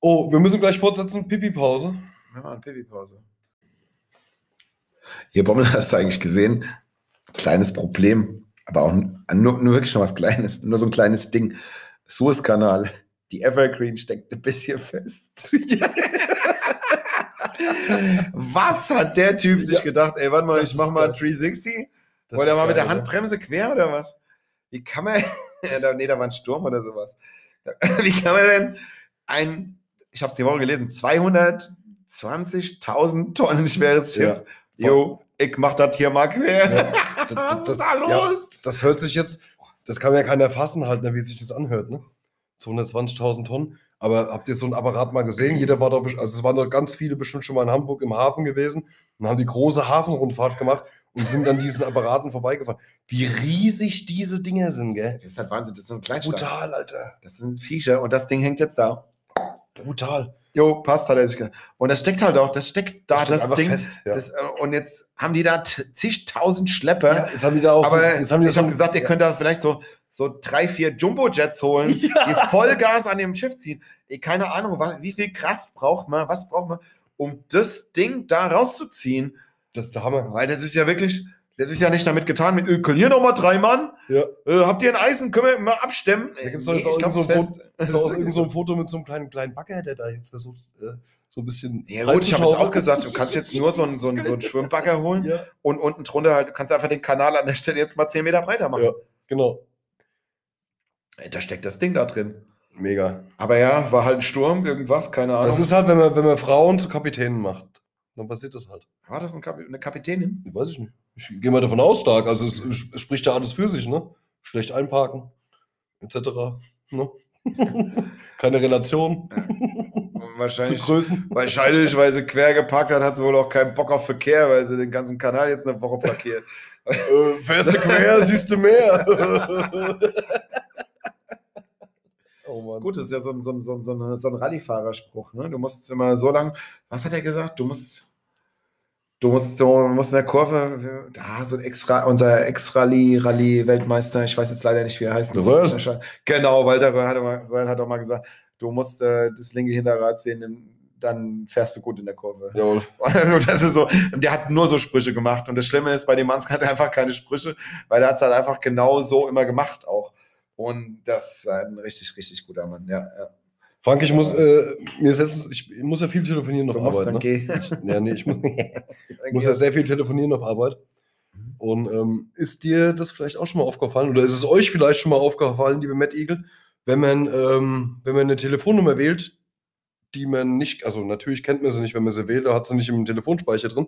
Speaker 2: Oh, wir müssen gleich fortsetzen. Pipi-Pause.
Speaker 1: Ja, eine Pipi-Pause. Ihr Bommel hast du eigentlich gesehen. Kleines Problem, aber auch n- nur, nur wirklich noch was Kleines, nur so ein kleines Ding. Suezkanal, die Evergreen steckt ein bisschen fest. was hat der Typ sich
Speaker 2: Ja.
Speaker 1: gedacht? Ey, warte mal,
Speaker 2: Das
Speaker 1: ich mach
Speaker 2: ist
Speaker 1: mal
Speaker 2: geil.
Speaker 1: 360.
Speaker 2: Das
Speaker 1: oder
Speaker 2: ist
Speaker 1: mal mit
Speaker 2: geil,
Speaker 1: der Handbremse quer oder was? Wie kann man. da, nee, da war ein Sturm oder sowas. Wie kann man denn ein, ich habe es die Woche gelesen, 220.000 Tonnen schweres
Speaker 2: Ja.
Speaker 1: Schiff? Jo, ich mach das hier mal quer.
Speaker 2: Ja. Das,
Speaker 1: Was ist
Speaker 2: das, das,
Speaker 1: da
Speaker 2: ja,
Speaker 1: los?
Speaker 2: das hört sich jetzt, das kann ja keiner fassen halt, ne, wie sich das anhört. Ne? 220.000 Tonnen. Aber habt ihr so einen Apparat mal gesehen? Jeder war doch, best- also es waren doch ganz viele bestimmt schon mal in Hamburg im Hafen gewesen und haben die große Hafenrundfahrt gemacht und sind an diesen Apparaten vorbeigefahren. Wie riesig diese Dinger sind, gell?
Speaker 1: Das ist halt Wahnsinn, das ist so ein Kleinstadt.
Speaker 2: Brutal, Alter.
Speaker 1: Das sind Viecher und das Ding hängt jetzt da.
Speaker 2: Brutal.
Speaker 1: Jo, passt, hat er sich gedacht. Und das steckt halt auch, das steckt da,
Speaker 2: steht
Speaker 1: das
Speaker 2: einfach
Speaker 1: Ding.
Speaker 2: Fest, ja.
Speaker 1: Das, äh, und jetzt haben die da t- zigtausend Schlepper.
Speaker 2: ja, jetzt haben die da auch,
Speaker 1: Aber
Speaker 2: jetzt haben die
Speaker 1: ich hab
Speaker 2: schon
Speaker 1: gesagt, ihr
Speaker 2: ja.
Speaker 1: könnt da vielleicht so, so drei, vier Jumbo-Jets holen, die Vollgas an dem Schiff ziehen. Eh, Keine Ahnung, was, wie viel Kraft braucht man, was braucht man, um das Ding da rauszuziehen?
Speaker 2: Das ist der Hammer.
Speaker 1: Weil das ist ja wirklich, das ist ja nicht damit getan mit, äh, können hier nochmal drei Mann?
Speaker 2: Ja.
Speaker 1: Äh, habt ihr ein Eisen? Können wir mal abstemmen?
Speaker 2: Da gibt's
Speaker 1: Äh,
Speaker 2: doch jetzt auch
Speaker 1: glaub,
Speaker 2: irgend
Speaker 1: es
Speaker 2: so ein
Speaker 1: ist fest.
Speaker 2: Das ist auch irgend so ein Foto mit so einem kleinen, kleinen Bagger, der da jetzt versucht, äh, so ein bisschen.
Speaker 1: Ja gut, ich habe jetzt auch
Speaker 2: reinzuschaufeln.
Speaker 1: gesagt, du kannst jetzt nur so einen, so einen, so einen Schwimmbagger holen
Speaker 2: Ja,
Speaker 1: und unten drunter halt, du kannst einfach den Kanal an der Stelle jetzt mal 10 Meter breiter machen.
Speaker 2: Ja. genau.
Speaker 1: Ey, Da steckt das Ding da drin.
Speaker 2: Mega.
Speaker 1: Aber ja, war halt ein Sturm, irgendwas, keine Ahnung.
Speaker 2: Das ist halt, wenn man, wenn man Frauen zu Kapitänen macht, dann passiert das halt.
Speaker 1: war das ein Kap eine Kapitänin?
Speaker 2: Ich weiß ich nicht. Ich gehe mal davon aus, stark. Also es, es spricht ja alles für sich, ne? Schlecht einparken, etc. Ne? Keine Relation zu
Speaker 1: Wahrscheinlich,
Speaker 2: Größen.
Speaker 1: wahrscheinlich, weil sie quer geparkt hat, hat sie wohl auch keinen Bock auf Verkehr, weil sie den ganzen Kanal jetzt eine Woche blockiert.
Speaker 2: Äh, fährst du quer, siehst du mehr. oh Mann.
Speaker 1: Gut, das ist ja so ein, so ein, so ein, so ein, so ein Rallye-Fahrerspruch. Ne? Du musst immer so lang, was hat er gesagt? Du musst, du musst, du musst in der Kurve, da so ein extra, unser Ex-Rallye-Rallye-Weltmeister, ich weiß jetzt leider nicht, wie er heißt.
Speaker 2: Der Röhrl.
Speaker 1: Genau, Walter Röhrl hat, immer- Röhrl hat auch mal gesagt, du musst äh, das linke Hinterrad sehen, dann fährst du gut in der Kurve.
Speaker 2: Jawohl.
Speaker 1: Und das ist so, und der hat nur so Sprüche gemacht. Und das Schlimme ist, bei dem Manns hat er einfach keine Sprüche, weil er hat es halt einfach genau so immer gemacht auch. Und das ist ein richtig, richtig guter Mann. Ja, ja.
Speaker 2: Frank, ich muss, äh, mir ist letztens, ich muss ja viel telefonieren noch
Speaker 1: Du musst
Speaker 2: arbeiten.
Speaker 1: dann
Speaker 2: Ne?
Speaker 1: gehen.
Speaker 2: Ja, nee, ich muss,
Speaker 1: Dann
Speaker 2: muss
Speaker 1: geh.
Speaker 2: ja sehr viel telefonieren auf Arbeit. Und ähm, ist dir das vielleicht auch schon mal aufgefallen? Oder ist es euch vielleicht schon mal aufgefallen, liebe Matt Eagle, wenn man, ähm, wenn man eine Telefonnummer wählt, die man nicht, also natürlich kennt man sie nicht, wenn man sie wählt, da hat sie nicht im Telefonspeicher drin.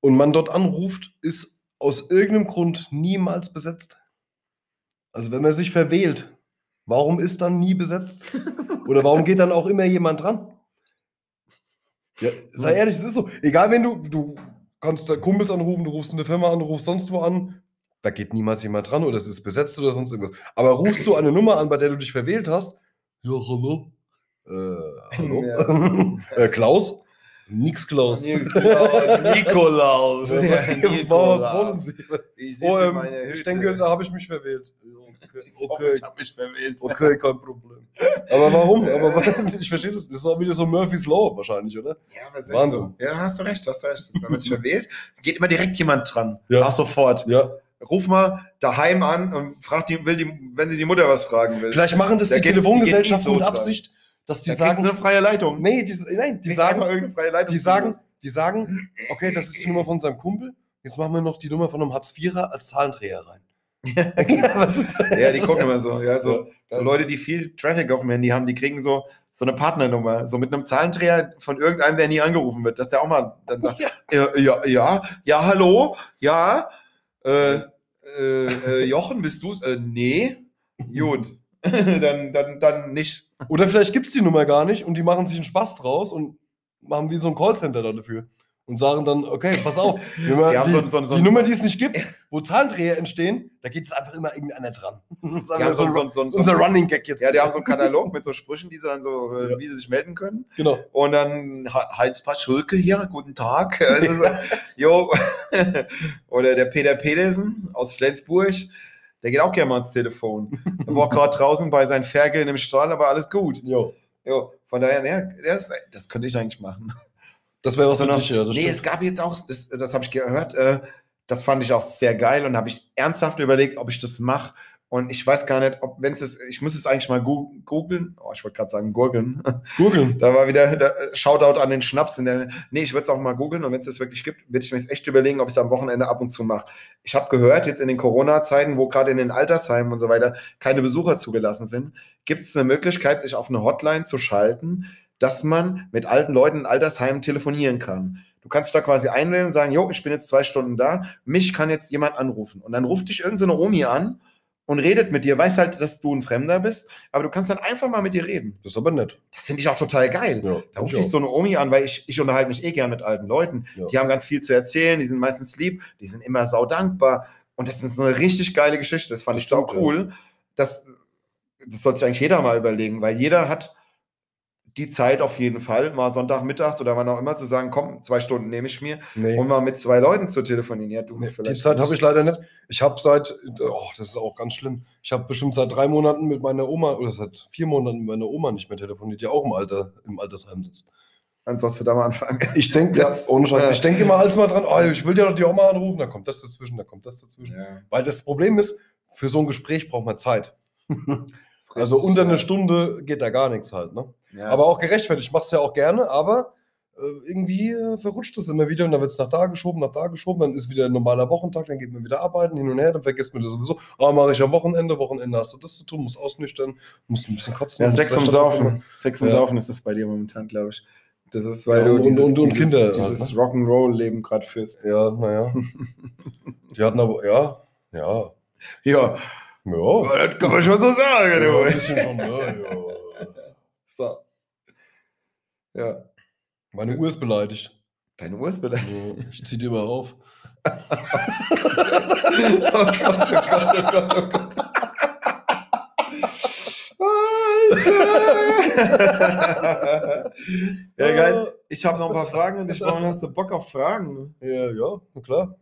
Speaker 2: Und man dort anruft, ist aus irgendeinem Grund niemals besetzt. Also wenn man sich verwählt, warum ist dann nie besetzt? Oder warum geht dann auch immer jemand dran? Ja, sei ehrlich, es ist so. Egal, wenn du, du kannst da Kumpels anrufen, du rufst eine Firma an, du rufst sonst wo an, da geht niemals jemand dran oder es ist besetzt oder sonst irgendwas. Aber rufst du eine Nummer an, bei der du dich verwählt hast, ja, hallo. Äh, hallo? äh, Klaus? Nix Klaus.
Speaker 1: Nikolaus.
Speaker 2: Ja,
Speaker 1: Ja,
Speaker 2: was wollen
Speaker 1: Nikolaus.
Speaker 2: Sie?
Speaker 1: Ich sitze
Speaker 2: Oh,
Speaker 1: in
Speaker 2: ähm,
Speaker 1: meiner Hütte.
Speaker 2: ich denke, da habe ich mich verwählt.
Speaker 1: Ich hoffe,
Speaker 2: Okay,
Speaker 1: ich habe mich verwählt.
Speaker 2: okay, kein Problem. Aber warum? Aber wa- ich verstehe das. Das ist auch wieder so Murphy's Law wahrscheinlich, oder?
Speaker 1: Ja, aber es ist
Speaker 2: Wahnsinn.
Speaker 1: echt So. Ja, hast du recht, hast du recht. Wenn man sich verwählt, geht immer direkt jemand dran.
Speaker 2: Ja.
Speaker 1: Auch sofort.
Speaker 2: Ja.
Speaker 1: Ruf mal daheim an und frag die, will die, wenn sie die Mutter was fragen will.
Speaker 2: Vielleicht machen das
Speaker 1: Da
Speaker 2: die
Speaker 1: geht- die
Speaker 2: Telefongesellschaften
Speaker 1: geht nicht
Speaker 2: mit
Speaker 1: so dran.
Speaker 2: Absicht, dass die
Speaker 1: Da kriegst
Speaker 2: sagen,
Speaker 1: du eine freie Leitung.
Speaker 2: nee, die, nein, die
Speaker 1: Kriegst
Speaker 2: sagen,
Speaker 1: einfach irgendeine freie Leitung.
Speaker 2: die sagen, die sagen, okay, das ist die Nummer von unserem Kumpel. Jetzt machen wir noch die Nummer von einem Hartz-IVer als Zahlendreher rein. ja, was ist
Speaker 1: Ja, die gucken immer so. Ja, so,
Speaker 2: Ja.
Speaker 1: so Leute, die viel Traffic auf dem Handy haben, die kriegen so, so eine Partnernummer. So mit einem Zahlendreher von irgendeinem, der nie angerufen wird, dass der auch mal dann sagt, ja, ja, ja, ja hallo, ja, äh, äh, äh, Jochen, bist du's? Äh, nee. Gut. dann, dann, dann nicht.
Speaker 2: Oder vielleicht gibt es die Nummer gar nicht und die machen sich einen Spaß draus und machen wie so ein Callcenter da dafür. Und sagen dann, okay, pass auf, wenn man
Speaker 1: Die haben so
Speaker 2: die,
Speaker 1: ein- so ein- so
Speaker 2: die
Speaker 1: ein-
Speaker 2: Nummer, die es nicht gibt, wo Zahlendreher entstehen, da geht es einfach immer irgendeiner dran. Das ist
Speaker 1: Die
Speaker 2: einfach
Speaker 1: haben
Speaker 2: so ein,
Speaker 1: so- so- so-
Speaker 2: unser Running Gag jetzt.
Speaker 1: Ja, die haben so einen Katalog mit so Sprüchen, die sie dann so, äh,
Speaker 2: Ja.
Speaker 1: wie sie sich melden können.
Speaker 2: genau.
Speaker 1: Und dann Ha- Heinz Paschulke hier, guten Tag. Also, Jo. Oder der Peter Pedersen aus Flensburg. Der geht auch gerne mal ans Telefon. Der war gerade draußen bei seinen Ferkeln im Stall, aber alles gut.
Speaker 2: Jo.
Speaker 1: Jo. Von daher, ne, das, das könnte ich eigentlich machen.
Speaker 2: Das wäre was
Speaker 1: So
Speaker 2: für
Speaker 1: noch-
Speaker 2: dich, ja.
Speaker 1: Genau.
Speaker 2: Das
Speaker 1: Nee,
Speaker 2: stimmt.
Speaker 1: es gab jetzt auch, das, das habe ich gehört, äh, das fand ich auch sehr geil und habe ich ernsthaft überlegt, ob ich das mache. Und ich weiß gar nicht, ob, wenn es das, ich muss es eigentlich mal gu- googeln. Oh, ich wollte gerade sagen, gurgeln.
Speaker 2: Googeln.
Speaker 1: Da war wieder da, äh, Shoutout an den Schnaps. In der, nee, ich würde es auch mal googeln und wenn es das wirklich gibt, würde ich mir jetzt echt überlegen, ob ich es am Wochenende ab und zu mache. Ich habe gehört, jetzt in den Corona-Zeiten, wo gerade in den Altersheimen und so weiter keine Besucher zugelassen sind, gibt es eine Möglichkeit, sich auf eine Hotline zu schalten, dass man mit alten Leuten in Altersheimen telefonieren kann. Du kannst dich da quasi einwählen und sagen, jo, ich bin jetzt zwei Stunden da, mich kann jetzt jemand anrufen. Und dann ruft dich irgendeine Omi an und redet mit dir, weiß halt, dass du ein Fremder bist, aber du kannst dann einfach mal mit dir reden.
Speaker 2: Das ist aber nett.
Speaker 1: Das finde ich auch total geil.
Speaker 2: Ja,
Speaker 1: Da ruft dich so eine Omi an, weil ich, ich unterhalte mich eh gern mit alten Leuten.
Speaker 2: Ja.
Speaker 1: Die haben ganz viel zu erzählen, die sind meistens lieb, die sind immer sau dankbar. Und das ist so eine richtig geile Geschichte. Das fand
Speaker 2: Das
Speaker 1: ich sau
Speaker 2: stimmt, ja.
Speaker 1: cool. Das, das sollte sich eigentlich jeder mal überlegen, weil jeder hat die Zeit auf jeden Fall, mal Sonntagmittags oder wann auch immer zu sagen, komm, zwei Stunden nehme ich mir,
Speaker 2: nee.
Speaker 1: um mal mit zwei Leuten zu telefonieren. Ja, du
Speaker 2: Nee, Die
Speaker 1: vielleicht
Speaker 2: Zeit habe
Speaker 1: nicht.
Speaker 2: ich leider nicht. Ich habe seit, oh, das ist auch ganz schlimm. Ich habe bestimmt seit drei Monaten mit meiner Oma oder seit vier Monaten mit meiner Oma nicht mehr telefoniert, die auch im Alter im Altersheim sitzt.
Speaker 1: Dann sollst du da mal anfangen.
Speaker 2: Ich denke,
Speaker 1: Das-
Speaker 2: ohne Scheiß,
Speaker 1: ja.
Speaker 2: ich denke immer alles mal dran. Oh, ich will ja doch die Oma anrufen. Da kommt das dazwischen, da kommt das dazwischen. Weil das Problem ist, für so ein Gespräch braucht man Zeit. Also unter eine Stunde geht da gar nichts halt. Ne?
Speaker 1: Ja,
Speaker 2: Aber auch gerechtfertigt. Ich mache es ja auch gerne, aber äh, irgendwie äh, verrutscht es immer wieder und dann wird es nach da geschoben, nach da geschoben, dann ist wieder ein normaler Wochentag, dann geht man wieder arbeiten, hin und her, dann vergisst man das sowieso. Ah, mache ich am Wochenende, Wochenende hast du das zu tun, musst ausnüchtern, musst ein bisschen kotzen.
Speaker 1: Ja,
Speaker 2: musst
Speaker 1: Sex und
Speaker 2: vielleicht auch mal-
Speaker 1: Saufen. Sex und
Speaker 2: Ja.
Speaker 1: Saufen ist das bei dir momentan, glaube ich. Das ist, weil
Speaker 2: Ja,
Speaker 1: du
Speaker 2: und-
Speaker 1: dieses,
Speaker 2: und- und
Speaker 1: dieses,
Speaker 2: Kinder halt,
Speaker 1: dieses Rock'n'Roll-Leben gerade führst.
Speaker 2: Ja, naja. Die hatten aber, ja, ja,
Speaker 1: Ja,
Speaker 2: ja.
Speaker 1: das kann man schon so sagen.
Speaker 2: ja, ein
Speaker 1: du.
Speaker 2: bisschen schon, ja, ja.
Speaker 1: So. Ja,
Speaker 2: Meine Uhr ist beleidigt.
Speaker 1: deine Uhr ist beleidigt.
Speaker 2: Ja, Ich zieh die mal auf.
Speaker 1: Oh Gott, oh Gott, oh Gott, oh Gott. Alter! ja,
Speaker 2: Ah.
Speaker 1: geil. Ich habe noch ein paar Fragen und ich brauche, hast du Bock auf Fragen?
Speaker 2: Ja, ja, na klar.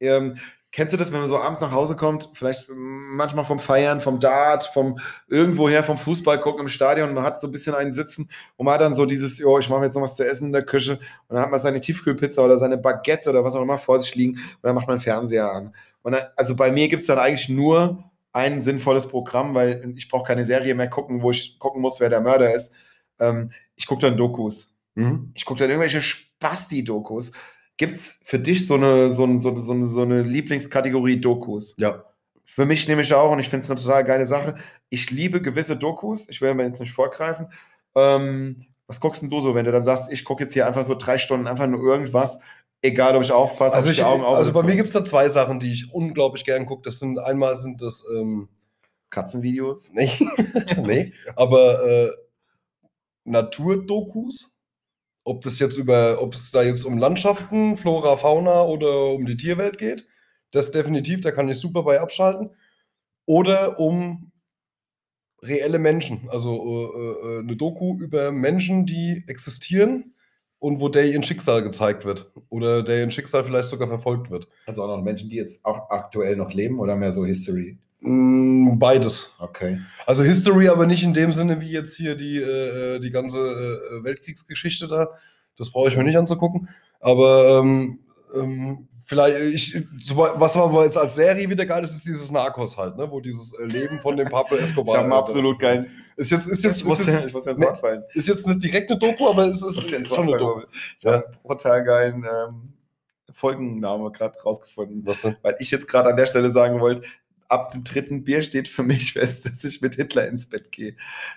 Speaker 1: Ähm, kennst du das, wenn man so abends nach Hause kommt, vielleicht mm, manchmal vom Feiern, vom Dart, vom irgendwoher, vom Fußball gucken im Stadion, und man hat so ein bisschen einen Sitzen und man hat dann so dieses, jo, ich mache mir jetzt noch was zu essen in der Küche und dann hat man seine Tiefkühlpizza oder seine Baguette oder was auch immer vor sich liegen und dann macht man den Fernseher an. Und dann, also bei mir gibt es dann eigentlich nur ein sinnvolles Programm, weil ich brauche keine Serie mehr gucken, wo ich gucken muss, wer der Mörder ist. Ähm, ich gucke dann Dokus ich gucke dann irgendwelche Spasti-Dokus. Gibt es für dich so eine, so, ein- so, eine- so, eine- so eine Lieblingskategorie Dokus?
Speaker 2: Ja.
Speaker 1: Für mich nehme ich auch und ich finde es eine total geile Sache. Ich liebe gewisse Dokus, ich will mir jetzt nicht vorgreifen. Ähm, was guckst denn du so, wenn du dann sagst, ich gucke jetzt hier einfach so drei Stunden einfach nur irgendwas, egal ob ich aufpasse,
Speaker 2: Also,
Speaker 1: ob ich
Speaker 2: ich, also bei mir
Speaker 1: gibt
Speaker 2: gibt es da zwei Sachen, die ich unglaublich gern gucke. Das sind einmal sind das, ähm,
Speaker 1: Katzenvideos.
Speaker 2: nee, nee aber äh, Naturdokus. Ob das jetzt über, ob es da jetzt um Landschaften, Flora, Fauna oder um die Tierwelt geht, das definitiv, da kann ich super bei abschalten. Oder um reelle Menschen, also äh, äh, eine Doku über Menschen, die existieren und wo der ihr Schicksal gezeigt wird oder der ihr Schicksal vielleicht sogar verfolgt wird.
Speaker 1: Also auch noch Menschen, die jetzt auch aktuell noch leben oder mehr so History.
Speaker 2: Mm, Beides.
Speaker 1: Okay.
Speaker 2: Also History, aber nicht in dem Sinne, wie jetzt hier die, äh, die ganze äh, Weltkriegsgeschichte da. Das brauche ich mir nicht anzugucken. Aber ähm, ähm, vielleicht, ich, zum Beispiel- was aber jetzt als Serie wieder geil ist, ist dieses Narcos halt, ne? wo dieses äh, Leben von dem Pablo Escobar.
Speaker 1: Ich habe einen
Speaker 2: äh,
Speaker 1: absolut geilen.
Speaker 2: Ist jetzt, ist jetzt,
Speaker 1: Ich
Speaker 2: ist
Speaker 1: muss
Speaker 2: jetzt,
Speaker 1: ich muss jetzt
Speaker 2: Nee.
Speaker 1: abfallen.
Speaker 2: ist jetzt eine direkte Doku, aber es ist,
Speaker 1: Das ist
Speaker 2: ist
Speaker 1: jetzt
Speaker 2: schon eine Doku.
Speaker 1: Ich habe einen brutal geilen ähm, Folgenname gerade rausgefunden.
Speaker 2: Was denn?
Speaker 1: Weil ich jetzt gerade an der Stelle sagen wollte, ab dem dritten Bier steht für mich fest, dass ich mit Hitler ins Bett gehe.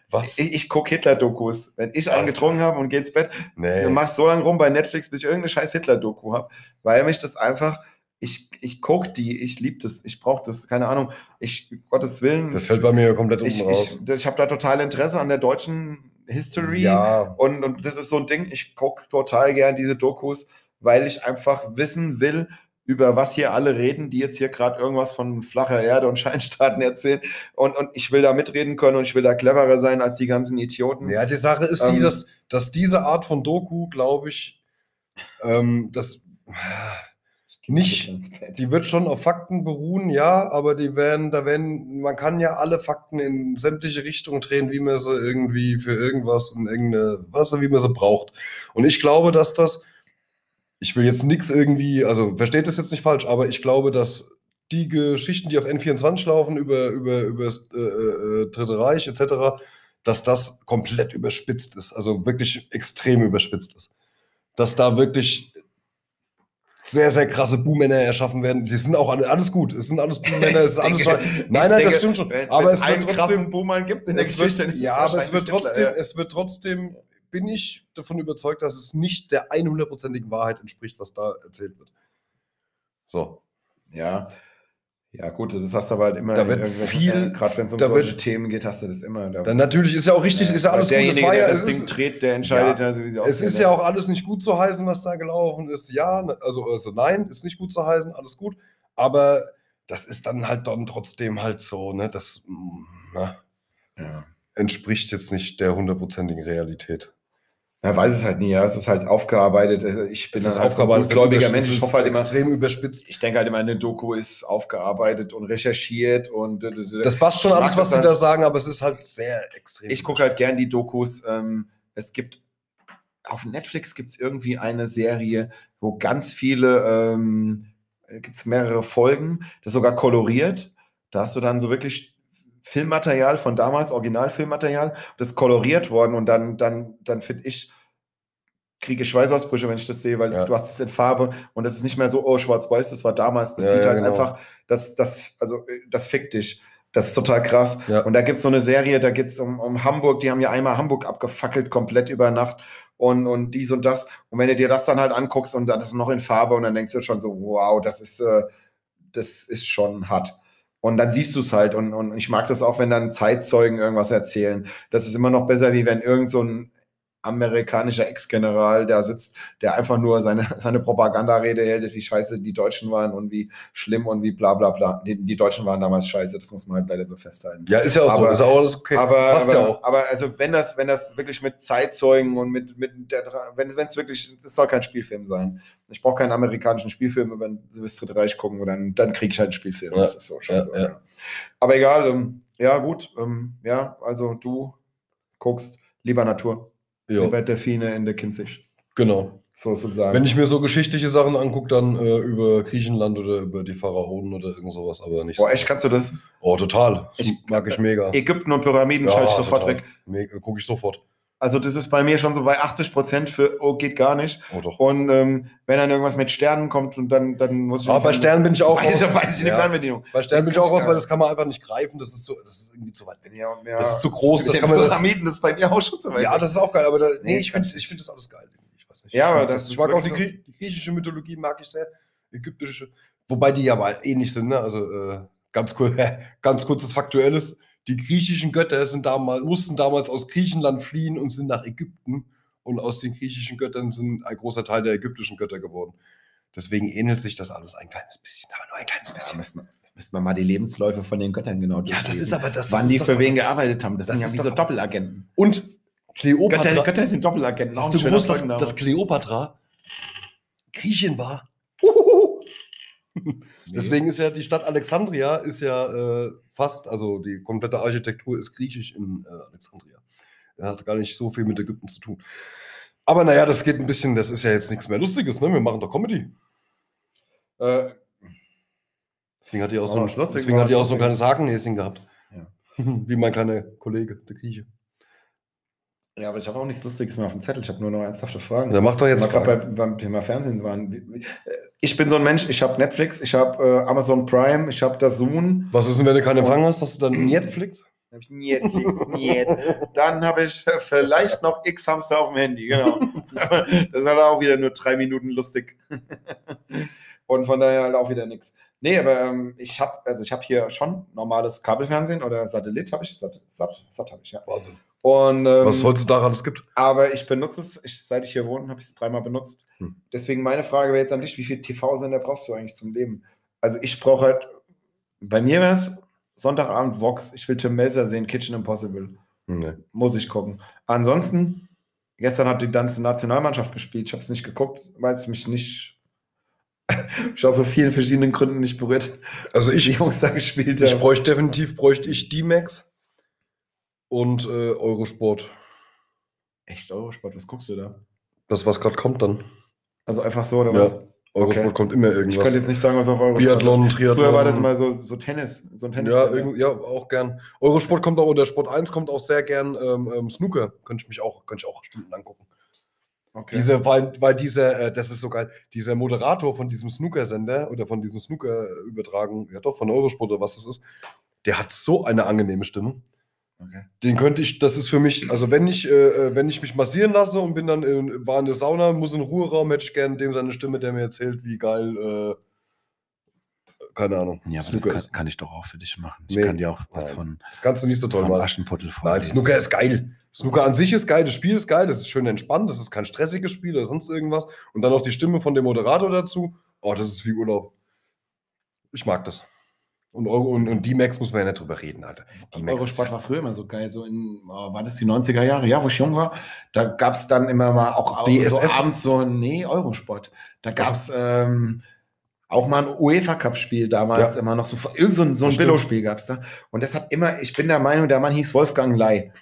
Speaker 2: Was?
Speaker 1: Ich, ich gucke Hitler-Dokus. Wenn ich
Speaker 2: Alter.
Speaker 1: einen getrunken habe und gehe ins Bett,
Speaker 2: Nee.
Speaker 1: dann mach ich so lange rum bei Netflix, bis ich irgendeine scheiß Hitler-Doku habe. Weil mich das einfach, ich, ich gucke die, ich liebe das, ich brauche das, keine Ahnung. Ich, Gottes Willen,
Speaker 2: Das fällt bei mir komplett unten
Speaker 1: ich,
Speaker 2: raus.
Speaker 1: ich, ich habe da total Interesse an der deutschen History.
Speaker 2: ja.
Speaker 1: Und, und das ist so ein Ding, ich gucke total gern diese Dokus, weil ich einfach wissen will, über was hier alle reden, die jetzt hier gerade irgendwas von flacher Erde und Scheinstaaten erzählen. Und, und ich will da mitreden können und ich will da cleverer sein als die ganzen Idioten.
Speaker 2: Ja, die Sache ist die,
Speaker 1: Ähm,
Speaker 2: dass, dass diese Art von Doku, glaube ich, ähm, das, Nicht- Die wird schon auf Fakten beruhen, ja, aber die werden, da werden, man kann ja alle Fakten in sämtliche Richtungen drehen, wie man sie irgendwie für irgendwas in irgendeine, was, wie man sie braucht. Und ich glaube, dass das, ich will jetzt nichts irgendwie, also versteht das jetzt nicht falsch, aber ich glaube, dass die Geschichten, die auf N24 laufen, über, über, über das äh, äh, Dritte Reich etc., dass das komplett überspitzt ist, also wirklich extrem überspitzt ist. Dass da wirklich sehr, sehr krasse Buhmänner erschaffen werden. Die sind auch alle, alles gut. Es sind alles Buhmänner, es ist alles
Speaker 1: denke-
Speaker 2: scheiße. Nein, nein, das stimmt schon. Aber es wird
Speaker 1: einen
Speaker 2: trotzdem.
Speaker 1: krassen Boomer gibt in der
Speaker 2: Es
Speaker 1: Geschichte,
Speaker 2: wird,
Speaker 1: dann ist
Speaker 2: ja, aber es
Speaker 1: wahrscheinlich
Speaker 2: wird trotzdem,
Speaker 1: Hitler,
Speaker 2: es wird trotzdem, bin ich davon überzeugt, dass es nicht der 100%igen Wahrheit entspricht, was da erzählt wird. So.
Speaker 1: Ja. Ja, gut, das hast du aber halt immer.
Speaker 2: Da wird
Speaker 1: irgendwelche-
Speaker 2: viel-
Speaker 1: ja, gerade wenn es um
Speaker 2: da wird-
Speaker 1: solche Themen geht, hast du das immer. Da,
Speaker 2: Dann natürlich ist ja auch richtig, ist ja
Speaker 1: weil
Speaker 2: alles gut.
Speaker 1: derjenige,
Speaker 2: Es war ja,
Speaker 1: der
Speaker 2: es
Speaker 1: das Ding
Speaker 2: ist,
Speaker 1: dreht, der entscheidet
Speaker 2: Ja.
Speaker 1: ja, sowieso.
Speaker 2: Es ist ja auch alles nicht gut zu heißen, was da gelaufen ist. Ja, ne- also, also nein, ist nicht gut zu heißen, alles gut. Aber das ist dann halt dann trotzdem halt so, ne? Das mm, na,
Speaker 1: Ja.
Speaker 2: entspricht jetzt nicht der hundertprozentigen Realität.
Speaker 1: Man weiß es halt nie, ja. Es ist halt aufgearbeitet. Ich bin
Speaker 2: Es
Speaker 1: dann halt so ein
Speaker 2: aufgearbeitet,
Speaker 1: gläubiger
Speaker 2: es
Speaker 1: Mensch.
Speaker 2: ist
Speaker 1: Ich hoffe halt immer,
Speaker 2: extrem überspitzt.
Speaker 1: ich denke halt immer, eine Doku ist aufgearbeitet und recherchiert und. d- d- d-
Speaker 2: Das passt schon
Speaker 1: Ich
Speaker 2: alles,
Speaker 1: mag das
Speaker 2: was sie
Speaker 1: halt.
Speaker 2: da sagen, aber es ist halt sehr extrem.
Speaker 1: Ich gucke halt gern die Dokus. Ähm, es gibt auf Netflix gibt es irgendwie eine Serie, wo ganz viele, ähm, gibt es mehrere Folgen, das ist sogar koloriert. Da hast du dann so wirklich Filmmaterial von damals, Originalfilmmaterial, das ist koloriert worden und dann, dann, dann finde ich, kriege ich Schweißausbrüche, wenn ich das sehe, weil
Speaker 2: Ja.
Speaker 1: du hast es in Farbe und das ist nicht mehr so, oh, schwarz-weiß, das war damals. Das
Speaker 2: Ja,
Speaker 1: sieht
Speaker 2: ja,
Speaker 1: halt
Speaker 2: genau.
Speaker 1: einfach, das, das, also, äh, das fickt dich. Das ist total krass.
Speaker 2: Ja.
Speaker 1: Und da gibt es so eine Serie, da geht es um, um Hamburg, die haben ja einmal Hamburg abgefackelt, komplett über Nacht und, und dies und das. Und wenn du dir das dann halt anguckst und dann ist es noch in Farbe und dann denkst du schon so, wow, das ist, äh, das ist schon hart. Und dann siehst du es halt. Und, und ich mag das auch, wenn dann Zeitzeugen irgendwas erzählen. Das ist immer noch besser, wie wenn irgend so ein amerikanischer Ex-General da sitzt, der einfach nur seine, seine Propagandarede hält, wie scheiße die Deutschen waren und wie schlimm und wie bla bla bla. Die, die Deutschen waren damals scheiße, das muss man halt leider so festhalten.
Speaker 2: ja, ist ja auch so,
Speaker 1: aber-
Speaker 2: ist ja auch alles okay.
Speaker 1: Aber,
Speaker 2: passt
Speaker 1: aber,
Speaker 2: ja auch.
Speaker 1: aber also wenn das, wenn das wirklich mit Zeitzeugen und mit, mit der, wenn es wirklich, es soll kein Spielfilm sein. Ich brauche keinen amerikanischen Spielfilm über den Silvestre Reich gucken und dann, dann kriege ich halt einen Spielfilm.
Speaker 2: Ja,
Speaker 1: Das ist so schon
Speaker 2: ja,
Speaker 1: so.
Speaker 2: ja.
Speaker 1: Ja. Aber egal, ähm, ja, gut. Ähm, ja, also du guckst lieber Natur.
Speaker 2: Jo,
Speaker 1: Lieber Delfine in der Kinzig.
Speaker 2: genau.
Speaker 1: So sozusagen.
Speaker 2: Wenn ich mir so geschichtliche Sachen angucke, dann äh, über Griechenland oder über die Pharaonen oder irgend sowas, aber nicht.
Speaker 1: Boah,
Speaker 2: so.
Speaker 1: echt, kannst du das?
Speaker 2: Oh, total. Das
Speaker 1: Ich-
Speaker 2: mag ich mega.
Speaker 1: Ägypten und Pyramiden schalte ich sofort weg.
Speaker 2: weg. Gucke ich sofort.
Speaker 1: Also das ist bei mir schon so bei 80 Prozent für, oh, geht gar nicht.
Speaker 2: Oh, doch.
Speaker 1: Und ähm, wenn dann irgendwas mit Sternen kommt und dann, dann muss ich.
Speaker 2: Aber Ah, bei Sternen bin ich auch
Speaker 1: Bei,
Speaker 2: raus.
Speaker 1: dieser- bei dieser
Speaker 2: Ja.
Speaker 1: Fernbedienung.
Speaker 2: Bei Sternen bin ich
Speaker 1: das kann
Speaker 2: auch
Speaker 1: ich
Speaker 2: raus,
Speaker 1: gar
Speaker 2: weil
Speaker 1: nicht.
Speaker 2: das kann man einfach nicht greifen. Das ist, so, das ist irgendwie zu weit weg.
Speaker 1: Ja, ja.
Speaker 2: Das ist zu groß,
Speaker 1: Mit
Speaker 2: das
Speaker 1: den
Speaker 2: kann man- das-
Speaker 1: Pyramiden, das ist bei mir auch schon so weit.
Speaker 2: Ja,
Speaker 1: weg.
Speaker 2: das ist auch geil, aber da, nee,
Speaker 1: Nee,
Speaker 2: ich
Speaker 1: kann
Speaker 2: finde
Speaker 1: ich
Speaker 2: ich find das alles geil. irgendwie. Ich weiß nicht.
Speaker 1: Ja,
Speaker 2: ich
Speaker 1: aber
Speaker 2: mag
Speaker 1: das ist
Speaker 2: Ich mag auch die,
Speaker 1: wirklich
Speaker 2: Grie die griechische Mythologie, mag ich sehr. Ägyptische. Wobei die ja mal ähnlich sind, ne? Also äh, ganz, kur ganz kurzes Faktuelles. Die griechischen Götter sind damals, mussten damals aus Griechenland fliehen und sind nach Ägypten. Und aus den griechischen Göttern sind ein großer Teil der ägyptischen Götter geworden. Deswegen ähnelt sich das alles ein kleines bisschen, aber nur ein kleines
Speaker 1: Ja,
Speaker 2: bisschen.
Speaker 1: müssen, wir, müssen wir mal die Lebensläufe von den Göttern genau
Speaker 2: Ja, das
Speaker 1: durchlesen.
Speaker 2: ist aber das.
Speaker 1: Wann
Speaker 2: das
Speaker 1: die
Speaker 2: ist
Speaker 1: für
Speaker 2: doch-
Speaker 1: wen gearbeitet haben. Das,
Speaker 2: Das
Speaker 1: sind ja
Speaker 2: ist
Speaker 1: wie
Speaker 2: doch-
Speaker 1: so Doppelagenten.
Speaker 2: Und Kleopatra.
Speaker 1: Götter, Götter sind Doppelagenten. auch
Speaker 2: Hast
Speaker 1: Genau ein
Speaker 2: du
Speaker 1: schöner
Speaker 2: gewusst, dass,
Speaker 1: Folgenname.
Speaker 2: dass Kleopatra Griechin war?
Speaker 1: Nee.
Speaker 2: Deswegen ist ja die Stadt Alexandria ist ja äh, fast, also die komplette Architektur ist griechisch in äh, Alexandria. Das hat gar nicht so viel mit Ägypten zu tun. Aber naja, das geht ein bisschen, das ist ja jetzt nichts mehr Lustiges, ne? Wir machen doch Comedy.
Speaker 1: Äh,
Speaker 2: Deswegen hat die auch so
Speaker 1: Aber
Speaker 2: ein,
Speaker 1: was Lustiges
Speaker 2: deswegen hat die
Speaker 1: war,
Speaker 2: auch so ein kleines Hakenhäschen gehabt.
Speaker 1: Ja.
Speaker 2: Wie mein kleiner Kollege, der Grieche.
Speaker 1: ja, aber ich habe auch nichts Lustiges mehr auf dem Zettel. Ich habe nur noch ernsthafte Fragen.
Speaker 2: Der macht doch jetzt
Speaker 1: Jetzt gerade
Speaker 2: Fragen.
Speaker 1: bei, beim Thema Fernsehen waren. Wie- wie- Ich bin so ein Mensch, ich habe Netflix, ich habe äh, Amazon Prime, ich habe das Zoom.
Speaker 2: Was ist denn, wenn du keinen Empfang hast, dass du dann Netflix?
Speaker 1: Hab ich Netflix, nicht. Dann habe ich äh, vielleicht noch X Hamster auf dem Handy, genau. Aber das ist halt auch wieder nur drei Minuten lustig. Und von daher halt auch wieder nichts. Nee, aber ähm, ich habe also ich hab hier schon normales Kabelfernsehen oder Satellit habe ich. Sat, Sat, Sat habe ich, ja.
Speaker 2: Wahnsinn.
Speaker 1: Und, ähm,
Speaker 2: Was es heutzutage alles gibt.
Speaker 1: aber ich benutze es, ich, seit ich hier wohne, habe ich es dreimal benutzt.
Speaker 2: Hm.
Speaker 1: Deswegen meine Frage wäre jetzt an dich, wie viel TV-Sender brauchst du eigentlich zum Leben? Also ich brauche halt, bei mir wäre es Sonntagabend Vox, ich will Tim Melzer sehen, Kitchen Impossible,
Speaker 2: Nee.
Speaker 1: muss ich gucken. Ansonsten, gestern hat die ganze Nationalmannschaft gespielt, ich habe es nicht geguckt, weil es mich nicht Ich aus so vielen verschiedenen Gründen nicht berührt,
Speaker 2: Also
Speaker 1: die
Speaker 2: ich,
Speaker 1: Jungs da gespielt
Speaker 2: ich
Speaker 1: haben.
Speaker 2: bräuchte definitiv bräuchte ich D-Max und äh, Eurosport.
Speaker 1: Echt Eurosport, was guckst du da?
Speaker 2: Das, was gerade kommt dann.
Speaker 1: Also einfach so oder
Speaker 2: Ja,
Speaker 1: was?
Speaker 2: Eurosport
Speaker 1: Okay.
Speaker 2: kommt immer
Speaker 1: Ich
Speaker 2: irgendwas.
Speaker 1: könnte jetzt nicht sagen, was auf Eurosport
Speaker 2: Biathlon, Triathlon.
Speaker 1: Früher war das mal so, so Tennis, so ein Tennis.
Speaker 2: ähm, ja, irgend, ja, auch gern. Eurosport kommt auch, oder Sport 1 kommt auch sehr gern. Ähm, ähm, Snooker könnte ich mich auch, könnte ich auch stundenlang gucken.
Speaker 1: okay.
Speaker 2: Dieser, weil, weil dieser, äh, das ist so geil, dieser Moderator von diesem Snooker-Sender oder von diesem Snooker-Übertragen, ja doch, von Eurosport oder was das ist, der hat so eine angenehme Stimme.
Speaker 1: okay.
Speaker 2: Den könnte ich, das ist für mich, also wenn ich, äh, wenn ich mich massieren lasse und bin dann in, war in der Sauna, muss in den Ruheraum, hätte ich gern dem seine Stimme, der mir erzählt, wie geil, äh, keine Ahnung.
Speaker 3: Ja, aber das
Speaker 2: Snooker
Speaker 3: kann,
Speaker 2: ist.
Speaker 3: kann ich doch auch für dich machen. Ich
Speaker 2: Nee.
Speaker 3: kann dir auch was von,
Speaker 2: Das kannst du nicht so toll
Speaker 3: von
Speaker 2: machen.
Speaker 3: Aschenputtel
Speaker 2: Nein,
Speaker 3: vorlesen.
Speaker 2: Snooker ist geil. Snooker an sich ist geil, das Spiel ist geil, das ist schön entspannt, das ist kein stressiges Spiel oder sonst irgendwas. Und dann noch die Stimme von dem Moderator dazu. Oh, das ist wie Urlaub. Ich mag das. Und, Euro- und, und D-Max muss man ja nicht drüber reden, Alter. D-Max ist
Speaker 1: Eurosport war früher immer so geil, so in, oh, war das die 90er Jahre, ja, wo ich jung war, da gab es dann immer mal auch so
Speaker 2: DSF?
Speaker 1: abends so, nee, Eurosport. Da gab es ähm, auch mal ein UEFA-Cup-Spiel damals,
Speaker 2: Ja.
Speaker 1: immer noch so, irgend so ein, so ein
Speaker 2: Stimmt.
Speaker 1: Billo-Spiel gab es da. Und das hat immer, ich bin der Meinung, der Mann hieß Wolfgang Ley.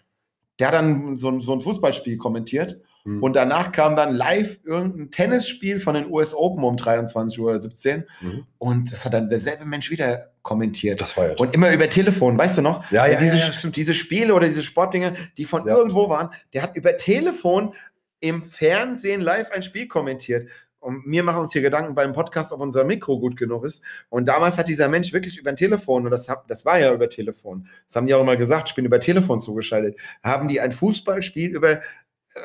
Speaker 1: Der hat dann so, ein- so ein Fußballspiel kommentiert
Speaker 2: Hm.
Speaker 1: und danach kam dann live irgendein Tennisspiel von den US Open um 23 Uhr 17
Speaker 2: Mhm.
Speaker 1: und das hat dann derselbe Mensch wieder kommentiert.
Speaker 2: das war ja
Speaker 1: Und immer über Telefon, weißt du noch?
Speaker 2: Ja, ja,
Speaker 1: diese,
Speaker 2: ja, ja,
Speaker 1: diese Spiele oder diese Sportdinge, die von
Speaker 2: Ja.
Speaker 1: irgendwo waren, der hat über Telefon im Fernsehen live ein Spiel kommentiert. Und wir machen uns hier Gedanken beim Podcast, ob unser Mikro gut genug ist. Und damals hat dieser Mensch wirklich über ein Telefon, und das, hab, das war ja über Telefon, das haben die auch immer gesagt, ich bin über Telefon zugeschaltet, haben die ein Fußballspiel über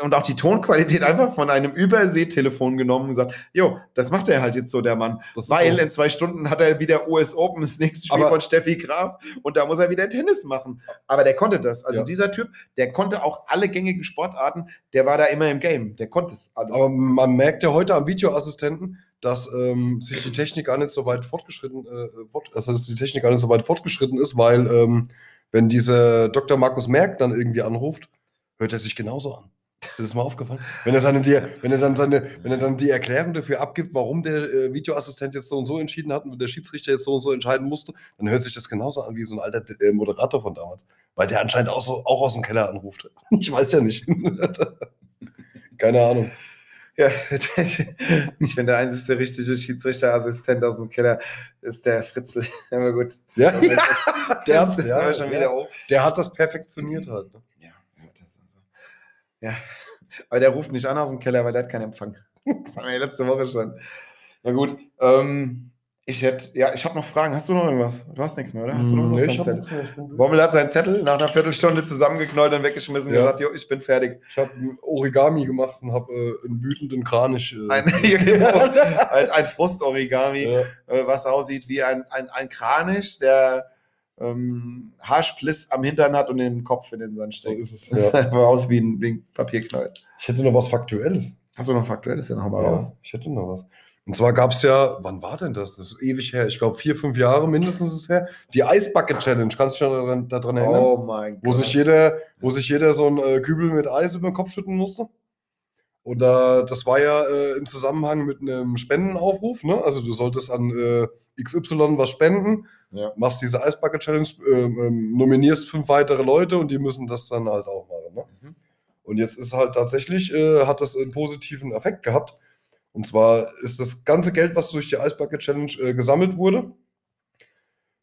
Speaker 1: und auch die Tonqualität einfach von einem Überseetelefon genommen und gesagt, jo, das macht er halt jetzt so, der Mann.
Speaker 2: Das ist
Speaker 1: Weil
Speaker 2: so.
Speaker 1: in zwei Stunden hat er wieder US Open, das nächste Spiel
Speaker 2: Aber-
Speaker 1: von Steffi Graf und da muss er wieder Tennis machen. Aber der konnte das. Also
Speaker 2: Ja.
Speaker 1: dieser Typ, der konnte auch alle gängigen Sportarten, der war da immer im Game. Der konnte es alles.
Speaker 2: Aber man merkt ja heute am Videoassistenten, dass ähm, sich die Technik gar nicht so weit fortgeschritten, äh, fort, also dass die Technik gar nicht so weit fortgeschritten ist, weil ähm, wenn dieser Dr. Markus Merck dann irgendwie anruft, hört er sich genauso an. Ist dir das mal aufgefallen? Wenn er, seine, die, wenn er dann seine, wenn er dann die Erklärung dafür abgibt, warum der äh, Videoassistent jetzt so und so entschieden hat und der Schiedsrichter jetzt so und so entscheiden musste, dann hört sich das genauso an wie so ein alter äh, Moderator von damals. Weil der anscheinend auch, so, auch aus dem Keller anruft. Ich weiß ja nicht. Keine Ahnung.
Speaker 1: ja, ich bin der einzige richtige Schiedsrichterassistent aus dem Keller, ist der Fritzl. Aber gut.
Speaker 2: Ja, der, hat,
Speaker 1: Das
Speaker 2: ja,
Speaker 1: war schon wieder hoch.
Speaker 2: der hat das perfektioniert halt. ne?
Speaker 1: Ja. ja. Aber der ruft nicht an aus dem Keller, weil der hat keinen Empfang. Das haben wir ja letzte Woche schon. Na gut. Ähm, ich hätte, ja, ich habe noch Fragen. Hast du noch irgendwas? Du hast nichts mehr, oder? Hast du noch was auf
Speaker 2: Mhm. Hm, Nee,
Speaker 1: deinem
Speaker 2: ich hab
Speaker 1: Zettel?
Speaker 2: nichts mehr, ich bin durch.
Speaker 1: Bommel hat seinen Zettel nach einer Viertelstunde zusammengeknollt und weggeschmissen und
Speaker 2: Ja.
Speaker 1: gesagt, jo, ich bin fertig.
Speaker 2: Ich habe ein Origami gemacht und habe äh, einen wütenden Kranich. Äh,
Speaker 1: Ein, genau, ein, ein Frust-Origami,
Speaker 2: äh,
Speaker 1: äh, was aussieht wie ein, ein, ein Kranich, der ähm, Haarspliss am Hintern hat und den Kopf in den Sand
Speaker 2: so
Speaker 1: steckt.
Speaker 2: ist es.
Speaker 1: Das sieht
Speaker 2: Ja.
Speaker 1: einfach aus wie ein, wie ein Papierknäuel.
Speaker 2: Ich hätte noch was Faktuelles.
Speaker 1: Hast du noch Faktuelles? Ja, noch mal raus.
Speaker 2: Ja, ich hätte noch was. Und zwar gab es ja, wann war denn das? Das ist ewig her. Ich glaube, vier, fünf Jahre mindestens ist es her. Die Eisbucket Challenge. Kannst du dich daran, daran erinnern?
Speaker 1: Oh mein
Speaker 2: wo
Speaker 1: Gott.
Speaker 2: sich jeder, wo sich jeder so einen äh, Kübel mit Eis über den Kopf schütten musste. Und äh, das war ja äh, im Zusammenhang mit einem Spendenaufruf, ne? Also du solltest an äh, XY was spenden,
Speaker 1: Ja.
Speaker 2: machst diese Eisbucket Challenge, ähm, ähm, nominierst fünf weitere Leute und die müssen das dann halt auch machen, ne?
Speaker 1: Mhm.
Speaker 2: Und jetzt ist halt tatsächlich, äh, hat das einen positiven Effekt gehabt. Und zwar ist das ganze Geld, was durch die Eisbucket Challenge äh, gesammelt wurde,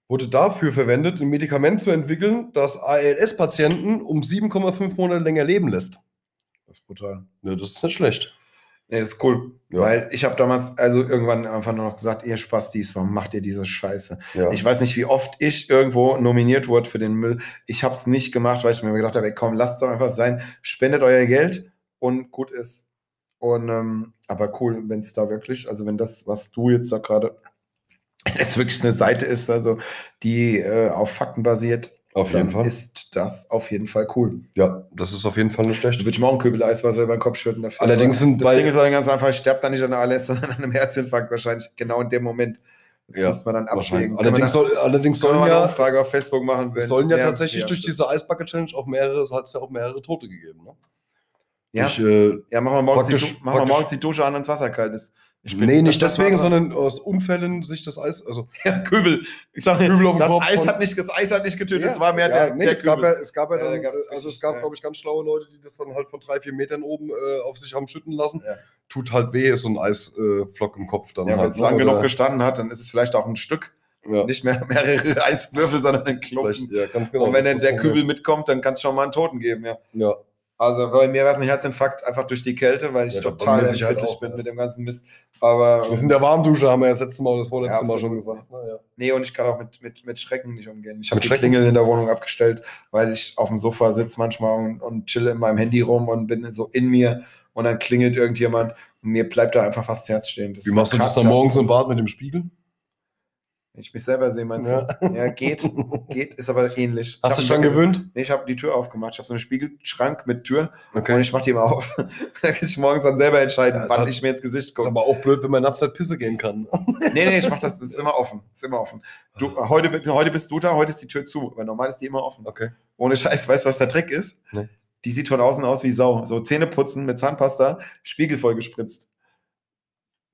Speaker 2: wurde dafür verwendet, ein Medikament zu entwickeln, das ALS-Patienten um 7,5 Monate länger leben lässt.
Speaker 1: das ist brutal.
Speaker 2: Ne, das ist nicht schlecht.
Speaker 1: Nee, das ist cool.
Speaker 2: Ja.
Speaker 1: Weil ich habe damals, also irgendwann einfach nur noch gesagt, ihr Spastis, warum macht ihr diese Scheiße?
Speaker 2: Ja.
Speaker 1: Ich weiß nicht, wie oft ich irgendwo nominiert wurde für den Müll. Ich habe es nicht gemacht, weil ich mir gedacht habe, ey, komm, lasst doch einfach sein, spendet euer Geld und gut ist. Und ähm, aber cool, wenn es da wirklich, also wenn das, was du jetzt da gerade, jetzt wirklich eine Seite ist, also die äh, auf Fakten basiert,
Speaker 2: auf jeden
Speaker 1: dann
Speaker 2: Fall.
Speaker 1: ist das auf jeden Fall cool.
Speaker 2: ja, das ist auf jeden Fall nicht
Speaker 1: Ich
Speaker 2: schlecht.
Speaker 1: würde ich morgen Kübel Eiswasser über den Kopf schütten dafür.
Speaker 2: Allerdings sind
Speaker 1: das
Speaker 2: bei-
Speaker 1: Ding ist dann ganz einfach, ich sterbe dann nicht an ALS, sondern an einem Herzinfarkt wahrscheinlich genau in dem Moment. Das
Speaker 2: Ja,
Speaker 1: muss man dann abwägen.
Speaker 2: Wahrscheinlich. Allerdings, soll, allerdings
Speaker 1: sollen
Speaker 2: sollen
Speaker 1: wir eine
Speaker 2: ja,
Speaker 1: Frage auf Facebook machen.
Speaker 2: es
Speaker 1: wenn-
Speaker 2: sollen ja, tatsächlich
Speaker 1: ja,
Speaker 2: durch
Speaker 1: stimmt.
Speaker 2: diese Eisbucket-Challenge auch mehrere, es hat ja auch mehrere Tote gegeben. Ne?
Speaker 1: Ja,
Speaker 2: Durch, äh,
Speaker 1: ja machen wir morgens,
Speaker 2: praktisch-
Speaker 1: die, Du- machen wir
Speaker 2: praktisch-
Speaker 1: morgens die Dusche an, wenn das Wasser kalt ist.
Speaker 3: Ich bin
Speaker 2: Nee, nicht
Speaker 1: Das- das
Speaker 2: deswegen,
Speaker 1: war-
Speaker 2: sondern aus Unfällen sich das Eis. Also,
Speaker 1: Ja, Kübel. Ich sage,
Speaker 2: Kübel auf den
Speaker 1: das,
Speaker 2: Kopf
Speaker 1: Eis
Speaker 2: und-
Speaker 1: hat nicht, das Eis hat nicht getötet, es war mehr
Speaker 2: ja,
Speaker 1: der,
Speaker 2: nee,
Speaker 1: der
Speaker 2: es, gab ja,
Speaker 1: Kübel.
Speaker 2: es gab ja
Speaker 1: Ja, da
Speaker 2: dann,
Speaker 1: gab's
Speaker 2: äh, also es
Speaker 1: richtig,
Speaker 2: gab,
Speaker 1: ja.
Speaker 2: glaube ich, ganz schlaue Leute, die das dann halt von drei, vier Metern oben äh, auf sich haben schütten lassen.
Speaker 1: Ja.
Speaker 2: Tut halt weh, so ein Eisflock äh, Flock im Kopf dann.
Speaker 1: Ja, wenn
Speaker 2: halt,
Speaker 1: es
Speaker 2: ne,
Speaker 1: lang
Speaker 2: oder-
Speaker 1: genug gestanden hat, dann ist es vielleicht auch ein Stück.
Speaker 2: ja,
Speaker 1: Nicht mehr mehrere Eiswürfel, sondern ein
Speaker 2: vielleicht,
Speaker 1: Klumpen.
Speaker 2: ja, ganz genau.
Speaker 1: und wenn
Speaker 2: das
Speaker 1: dann
Speaker 2: ist
Speaker 1: der
Speaker 2: das Problem.
Speaker 1: Kübel mitkommt, dann kann es schon mal einen Toten geben, ja.
Speaker 2: Ja.
Speaker 1: Also bei mir war es ein Herzinfarkt, einfach durch die Kälte, weil ich
Speaker 2: Ja, da
Speaker 1: total
Speaker 2: vermisse ich halt
Speaker 1: empfindlich
Speaker 2: auch,
Speaker 1: bin
Speaker 2: ja.
Speaker 1: mit dem ganzen Mist. Aber
Speaker 2: Wir sind der Warmdusche, haben wir ja das letzte Mal, das
Speaker 1: Ja,
Speaker 2: vorletzte Mal
Speaker 1: absolut.
Speaker 2: schon gesagt. ne, ja.
Speaker 1: ähm, nee, und ich kann auch mit, mit, mit Schrecken nicht umgehen. Ich habe
Speaker 2: Mit
Speaker 1: die
Speaker 2: Schrecken?
Speaker 1: Klingel in der Wohnung abgestellt, weil ich auf dem Sofa sitze manchmal und, und chille in meinem Handy rum und bin so in mir und dann klingelt irgendjemand und mir bleibt da einfach fast das Herz stehen.
Speaker 2: Wie machst du das dann
Speaker 1: Katastrophe.
Speaker 2: morgens im Bad mit dem Spiegel?
Speaker 1: Wenn Ich mich selber sehe, meinst
Speaker 2: Ja.
Speaker 1: du? Ja, geht. Geht, ist aber ähnlich.
Speaker 2: Hast du
Speaker 1: Ich
Speaker 2: dich
Speaker 1: hab-
Speaker 2: dran gewöhnt?
Speaker 1: Nee, ich habe die Tür aufgemacht. Ich habe so einen Spiegelschrank mit Tür und
Speaker 2: Okay.
Speaker 1: ich mache die immer auf. da kann ich morgens dann selber entscheiden,
Speaker 2: Ja, es
Speaker 1: wann
Speaker 2: hat-
Speaker 1: ich mir ins Gesicht
Speaker 2: Ist
Speaker 1: gucke.
Speaker 2: aber auch blöd, wenn man nachts halt Pisse gehen kann.
Speaker 1: Nee, nee, ich mach das. Das ist immer offen. Ist immer offen. Du, heute, heute bist du da, heute ist die Tür zu. Aber normal ist die immer offen.
Speaker 2: Ah. Okay.
Speaker 1: Ohne Scheiß, weißt du, was der Trick ist?
Speaker 2: Nee.
Speaker 1: Die sieht von außen aus wie Sau. So Zähne putzen mit Zahnpasta, Spiegel voll gespritzt.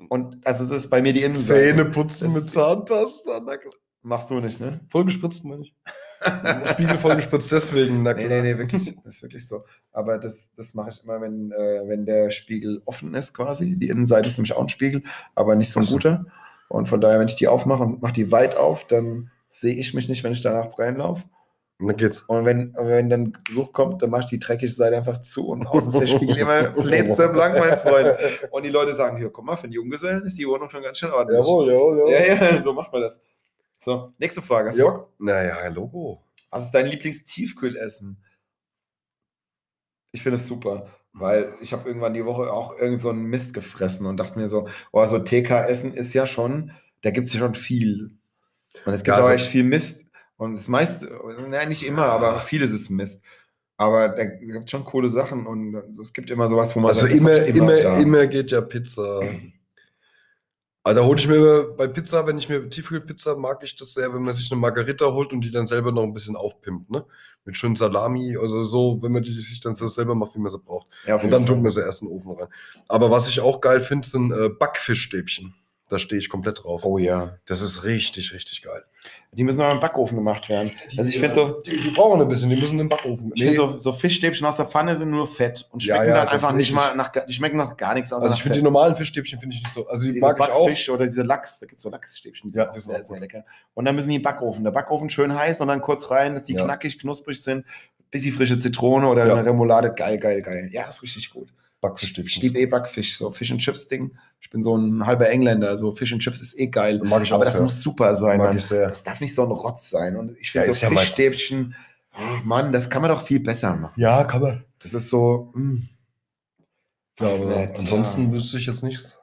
Speaker 1: Und also es ist bei mir die Innenseite.
Speaker 2: Zähne putzen
Speaker 1: Das-
Speaker 2: mit Zahnpasta, na klar.
Speaker 1: Machst du nicht, ne?
Speaker 2: Vollgespritzt, meine ich. Spiegel vollgespritzt, deswegen, na
Speaker 1: Nee, nee,
Speaker 2: klar.
Speaker 1: nee, wirklich. Das ist wirklich so. Aber das, das mache ich immer, wenn, äh, wenn der Spiegel offen ist quasi. Die Innenseite ist nämlich auch ein Spiegel, aber nicht so ein
Speaker 2: Ach so.
Speaker 1: guter. Und von daher, wenn ich die aufmache und mache die weit auf, dann sehe ich mich nicht, wenn ich da nachts reinlaufe.
Speaker 2: Und dann geht's.
Speaker 1: Und wenn, wenn dann Besuch kommt, dann mache ich die dreckige Seite einfach zu und außen ist der Spiegel immer blank, meine Freunde. Und die Leute sagen, hier, guck mal, für den Junggesellen ist die Wohnung schon ganz schön ordentlich.
Speaker 2: Jawohl, jawohl, jawohl.
Speaker 1: Ja, ja, so macht man das. So, nächste Frage. Hast du Bock?
Speaker 2: Ja. Naja, Logo.
Speaker 1: Was Also, ist dein Lieblingstiefkühlessen? Ich finde es super,
Speaker 2: Mhm.
Speaker 1: weil ich habe irgendwann die Woche auch irgend so einen Mist gefressen und dachte mir so, oh, so TK-Essen ist ja schon, da gibt es ja schon viel. Und es gibt
Speaker 2: Ja,
Speaker 1: auch
Speaker 2: also-
Speaker 1: echt viel Mist. Und das meiste, nein, nicht immer, aber vieles ist Mist. Aber da gibt es schon coole Sachen und so, es gibt immer sowas, wo man
Speaker 2: Also
Speaker 1: sagt, das
Speaker 2: immer,
Speaker 1: hab ich
Speaker 2: immer,
Speaker 1: da.
Speaker 2: immer, geht ja Pizza. Aber da hole ich mir immer- bei Pizza, wenn ich mir Tiefkühlpizza mag, ich das sehr, wenn man sich eine Margarita holt und die dann selber noch ein bisschen aufpimpt, ne? Mit schön Salami, also so, wenn man die sich dann so selber macht, wie man sie braucht.
Speaker 1: Ja, auf
Speaker 2: Und
Speaker 1: jeden
Speaker 2: dann
Speaker 1: Fall.
Speaker 2: tut man sie erst in den Ofen rein. Aber was ich auch geil finde, sind äh, Backfischstäbchen. Da stehe ich komplett drauf.
Speaker 1: Oh ja.
Speaker 2: Das ist richtig, richtig geil.
Speaker 1: Die müssen aber im Backofen gemacht werden. Also ich finde so,
Speaker 2: die, die brauchen ein bisschen, die müssen im Backofen.
Speaker 1: Ich finde so, so Fischstäbchen aus der Pfanne sind nur Fett und
Speaker 2: Ja,
Speaker 1: schmecken
Speaker 2: ja,
Speaker 1: dann
Speaker 2: das
Speaker 1: einfach
Speaker 2: sehe
Speaker 1: nicht
Speaker 2: ich.
Speaker 1: mal nach, gar- die schmecken nach gar nichts. außer
Speaker 2: also
Speaker 1: nach
Speaker 2: ich finde die
Speaker 1: Fett.
Speaker 2: normalen Fischstäbchen finde ich nicht so. Also die
Speaker 1: Diese
Speaker 2: mag ich auch.
Speaker 1: Backfisch oder diese Lachs, da gibt es so Lachsstäbchen, die
Speaker 2: Ja,
Speaker 1: sind auch
Speaker 2: die sind
Speaker 1: sehr,
Speaker 2: auch
Speaker 1: sehr
Speaker 2: gut.
Speaker 1: lecker. Und dann müssen die in den Backofen. Der Backofen schön heiß und dann kurz rein, dass die
Speaker 2: Ja.
Speaker 1: knackig, knusprig sind. Bisschen frische Zitrone oder
Speaker 2: Ja.
Speaker 1: eine Remoulade, geil, geil, geil. Ja, ist richtig gut. Ich
Speaker 2: Backfischstäbchen.
Speaker 1: liebe eh Backfisch, so Fish and Chips Ding. Ich bin so ein halber Engländer, also Fish and Chips ist eh geil.
Speaker 2: Mag ich
Speaker 1: Aber
Speaker 2: auch,
Speaker 1: das
Speaker 2: ja.
Speaker 1: muss super sein.
Speaker 2: mag
Speaker 1: Mann.
Speaker 2: ich sehr.
Speaker 1: Das darf nicht so ein Rotz sein. Und ich
Speaker 2: Ja,
Speaker 1: finde
Speaker 2: ist
Speaker 1: so
Speaker 2: ja meistens-
Speaker 1: Fischstäbchen, ach, Mann, das kann man doch viel besser machen.
Speaker 2: Ja, kann man.
Speaker 1: Das ist so, mm.
Speaker 2: Ja,
Speaker 1: Weiß
Speaker 2: aber
Speaker 1: nicht,
Speaker 2: ansonsten
Speaker 1: ja.
Speaker 2: wüsste ich jetzt nichts.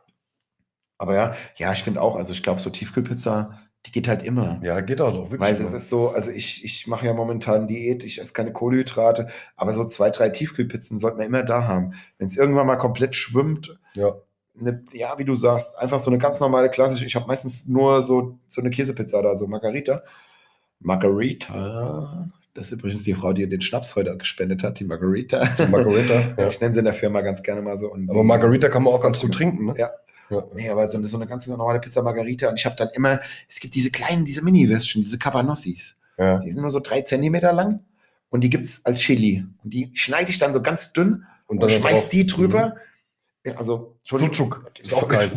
Speaker 1: Aber ja, ja, ich finde auch, also ich glaube, so Tiefkühlpizza, die geht halt immer.
Speaker 2: Ja, geht auch noch, wirklich.
Speaker 1: Weil das
Speaker 2: ne?
Speaker 1: ist so, also ich, ich mache ja momentan Diät, ich esse keine Kohlenhydrate, aber so zwei, drei Tiefkühlpizzen sollten wir immer da haben. Wenn es irgendwann mal komplett schwimmt,
Speaker 2: ja.
Speaker 1: ne, ja, wie du sagst, einfach so eine ganz normale klassische, ich habe meistens nur so, so eine Käsepizza da, so Margarita. Margarita, das ist übrigens die Frau, die den Schnaps heute gespendet hat, die Margarita.
Speaker 2: Die Margarita. ja.
Speaker 1: Ich nenne sie in der Firma ganz gerne mal so. Und
Speaker 2: Aber
Speaker 1: sie-
Speaker 2: Margarita kann man auch ganz gut trinken, ne?
Speaker 1: Ja.
Speaker 2: ja.
Speaker 1: Nee, aber so eine, so eine ganz normale Pizza Margarita. Und ich habe dann immer, es gibt diese kleinen, diese Mini-Würstchen, diese Cabanossis.
Speaker 2: Ja.
Speaker 1: Die sind nur so drei Zentimeter lang und die gibt es als Chili. Und die schneide ich dann so ganz dünn und,
Speaker 2: dann
Speaker 1: schmeiß
Speaker 2: drauf- Mhm.
Speaker 1: die drüber. Ja, Also, Entschuldigung.
Speaker 2: Sucuk ist auch geil.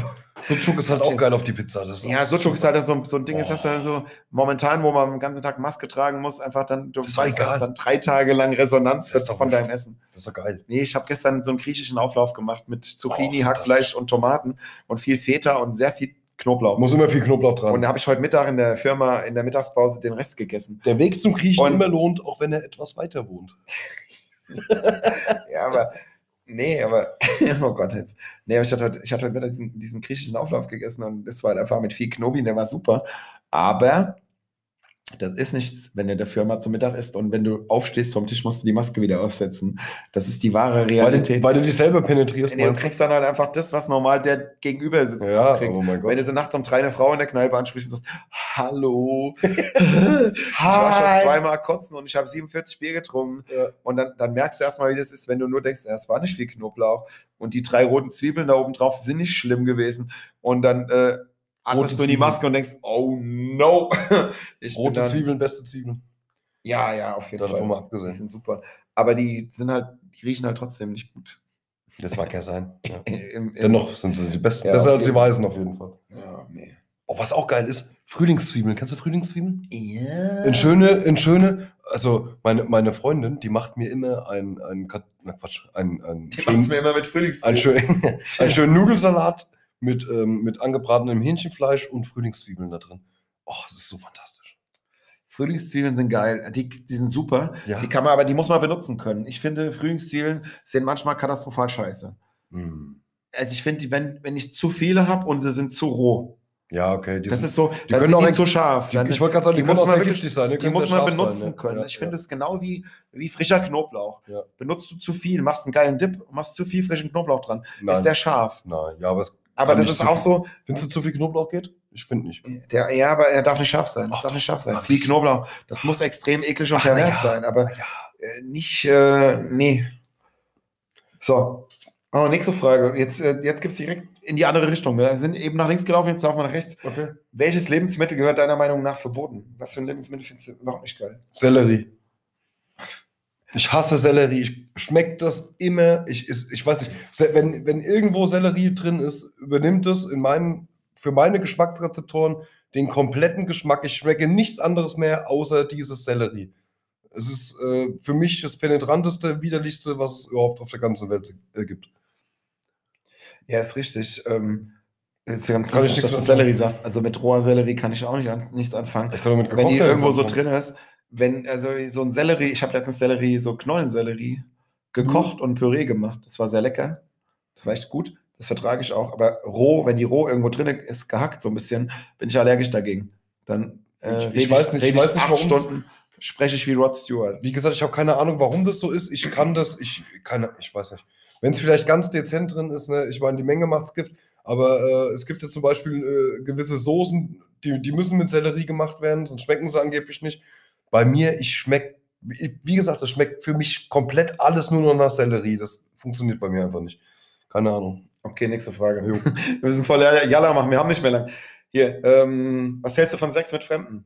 Speaker 2: Sucuk ist halt auch geil auf die Pizza. Das
Speaker 1: Ja,
Speaker 2: auch
Speaker 1: Sucuk ist
Speaker 2: super.
Speaker 1: halt so, so ein Ding, ist das dann so momentan, wo man den ganzen Tag Maske tragen muss, einfach dann, du
Speaker 2: Das ist doch
Speaker 1: weißt,
Speaker 2: egal.
Speaker 1: dass dann drei Tage lang Resonanz
Speaker 2: Das
Speaker 1: wird
Speaker 2: ist doch
Speaker 1: von
Speaker 2: wurscht.
Speaker 1: deinem Essen.
Speaker 2: Das ist doch geil.
Speaker 1: Nee, ich habe gestern so einen griechischen Auflauf gemacht mit Zucchini,
Speaker 2: Oh,
Speaker 1: Hackfleisch und Tomaten und viel Feta und sehr viel Knoblauch.
Speaker 2: Muss immer viel Knoblauch dran.
Speaker 1: Und da habe ich heute Mittag in der Firma in der Mittagspause den Rest gegessen.
Speaker 2: der Weg zum Griechen
Speaker 1: Und-
Speaker 2: immer lohnt, auch wenn er etwas weiter wohnt.
Speaker 1: Ja, aber. Nee, aber. Oh Gott, jetzt. Nee, aber ich hatte heute, ich hatte heute Mittag diesen, diesen griechischen Auflauf gegessen und das war halt einfach mit viel Knobi, der war super. Aber Das ist nichts, wenn ihr der Firma zum Mittag isst und wenn du aufstehst vom Tisch, musst du die Maske wieder aufsetzen. Das ist die wahre
Speaker 2: Weil, du-
Speaker 1: Realität.
Speaker 2: weil du dich selber penetrierst.
Speaker 1: nee, du
Speaker 2: meinst
Speaker 1: kriegst dann halt einfach das, was normal der Gegenüber
Speaker 2: du?
Speaker 1: sitzt.
Speaker 2: ja,
Speaker 1: kriegt.
Speaker 2: oh mein
Speaker 1: Wenn
Speaker 2: Gott.
Speaker 1: du so nachts um drei eine Frau in der Kneipe ansprichst und sagst, hallo,
Speaker 2: Ich
Speaker 1: ich war schon zweimal kotzen und ich habe 47 Bier getrunken.
Speaker 2: Ja.
Speaker 1: Und dann, dann merkst du erstmal, wie das ist, wenn du nur denkst, ja, es war nicht viel Knoblauch. Und die drei roten Zwiebeln da oben drauf sind nicht schlimm gewesen. Und dann äh, atmest du in die
Speaker 2: Zwiebeln.
Speaker 1: Maske und denkst, oh no. Ich bin
Speaker 2: Rote
Speaker 1: dann-
Speaker 2: Zwiebeln, beste Zwiebeln.
Speaker 1: Ja, ja, auf jeden
Speaker 2: Davon
Speaker 1: Fall.
Speaker 2: mal
Speaker 1: Die
Speaker 2: abgesehen.
Speaker 1: sind super. Aber die sind halt, die riechen halt trotzdem nicht gut. Äh,
Speaker 2: Das mag ja sein. Ja.
Speaker 1: Im- im-
Speaker 2: Dennoch sind sie die besten.
Speaker 1: Ja,
Speaker 2: Besser
Speaker 1: auf
Speaker 2: als die
Speaker 1: jeden-
Speaker 2: Weißen auf jeden Fall.
Speaker 1: Ja, nee.
Speaker 2: Oh, was auch geil ist, Frühlingszwiebeln. Kennst du Frühlingszwiebeln?
Speaker 1: Ja.
Speaker 2: In schöne, in schöne, also meine, meine Freundin, die macht mir immer einen, einen, Kat- na Quatsch, einen, einen
Speaker 1: Die
Speaker 2: schönen,
Speaker 1: machen mir immer mit Frühlingszwiebeln.
Speaker 2: einen schönen, einen schönen Nudelsalat mit, ähm, mit angebratenem Hähnchenfleisch und Frühlingszwiebeln da drin. Oh, das ist so fantastisch.
Speaker 1: Frühlingszwiebeln sind geil. Die, die sind super.
Speaker 2: Ja.
Speaker 1: Die kann man, aber die muss man benutzen können. Ich finde, Frühlingszwiebeln sind manchmal katastrophal scheiße.
Speaker 2: Mm.
Speaker 1: Also ich finde, die, wenn, wenn ich zu viele habe und sie sind zu roh.
Speaker 2: Ja, okay. Die
Speaker 1: das
Speaker 2: sind,
Speaker 1: ist so, dann
Speaker 2: können
Speaker 1: sind
Speaker 2: auch
Speaker 1: die
Speaker 2: ex-
Speaker 1: zu scharf.
Speaker 2: die,
Speaker 1: Dann-
Speaker 2: ich wollte gerade sagen, die,
Speaker 1: die
Speaker 2: können
Speaker 1: muss
Speaker 2: auch
Speaker 1: man
Speaker 2: sehr
Speaker 1: wirklich-
Speaker 2: giftig sein. Ne?
Speaker 1: die
Speaker 2: Können
Speaker 1: muss
Speaker 2: sehr
Speaker 1: man
Speaker 2: scharf sein,
Speaker 1: benutzen
Speaker 2: ne?
Speaker 1: können.
Speaker 2: Ja,
Speaker 1: ich
Speaker 2: ja.
Speaker 1: finde es genau wie, wie frischer Knoblauch.
Speaker 2: Ja.
Speaker 1: Benutzt du zu viel, machst einen geilen Dip, machst zu viel frischen Knoblauch dran,
Speaker 2: Nein.
Speaker 1: ist der scharf.
Speaker 2: Nein, ja, aber es,
Speaker 1: Aber
Speaker 2: Kann
Speaker 1: das
Speaker 2: nicht
Speaker 1: ist
Speaker 2: zu
Speaker 1: auch
Speaker 2: viel.
Speaker 1: so,
Speaker 2: findest du zu viel Knoblauch geht? Ich finde nicht.
Speaker 1: der, ja, aber er darf nicht scharf sein. Das
Speaker 2: Ach,
Speaker 1: darf nicht scharf sein.
Speaker 2: Mann,
Speaker 1: Viel
Speaker 2: das-
Speaker 1: Knoblauch, das muss extrem eklig und
Speaker 2: Ach, na
Speaker 1: pervers
Speaker 2: ja.
Speaker 1: sein, aber
Speaker 2: Ja.
Speaker 1: äh, nicht, äh, nee. So. Oh, nächste Frage. Jetzt, äh, jetzt gibt es direkt in die andere Richtung. ne? Wir sind eben nach links gelaufen, jetzt laufen wir nach rechts.
Speaker 2: Okay.
Speaker 1: Welches Lebensmittel gehört deiner Meinung nach verboten? Was für ein Lebensmittel findest du überhaupt nicht geil?
Speaker 2: Sellerie. Ich hasse Sellerie. Ich schmeckt das immer. Ich, ich, ich weiß nicht, se- wenn, wenn irgendwo Sellerie drin ist, übernimmt es in meinen, für meine Geschmacksrezeptoren den kompletten Geschmack. Ich schmecke nichts anderes mehr außer dieses Sellerie. Es ist äh, für mich das penetranteste, widerlichste, was es überhaupt auf der ganzen Welt äh, gibt.
Speaker 1: Ja, ist richtig. Ähm, ist ja ganz
Speaker 2: Kann ich
Speaker 1: lustig,
Speaker 2: nichts
Speaker 1: dass du
Speaker 2: mit
Speaker 1: Sellerie sagst. Also mit roher Sellerie kann ich auch nicht an, nichts anfangen.
Speaker 2: Ich kann damit
Speaker 1: Wenn die irgendwo so drin ist, wenn also so ein Sellerie, ich habe letztens Sellerie, so Knollensellerie gekocht
Speaker 2: Mhm.
Speaker 1: und Püree gemacht. Das war sehr lecker. Das war echt gut. Das vertrage ich auch. Aber roh, wenn die roh irgendwo drin ist, gehackt so ein bisschen, bin ich allergisch dagegen. Dann
Speaker 2: Ich-
Speaker 1: äh,
Speaker 2: ich
Speaker 1: rede
Speaker 2: weiß nicht, ich
Speaker 1: rede
Speaker 2: weiß nicht,
Speaker 1: acht
Speaker 2: warum's-
Speaker 1: Stunden, spreche ich wie Rod Stewart.
Speaker 2: Wie gesagt, ich habe keine Ahnung, warum das so ist. Ich kann das, ich kann, ich weiß nicht. Wenn es vielleicht ganz dezent drin ist, ne? ich meine, die Menge macht's Gift, aber äh, es gibt ja zum Beispiel äh, gewisse Soßen, die, die müssen mit Sellerie gemacht werden, sonst schmecken sie angeblich nicht. Bei mir, ich schmeck, wie wie gesagt, das schmeckt für mich komplett alles nur noch nach Sellerie. Das funktioniert bei mir einfach nicht. Keine Ahnung.
Speaker 1: Okay, nächste Frage.
Speaker 2: Jo.
Speaker 1: Wir sind voll Jalla- Jalla machen, wir haben nicht mehr lang. Hier, ähm, was hältst du von Sex mit Fremden?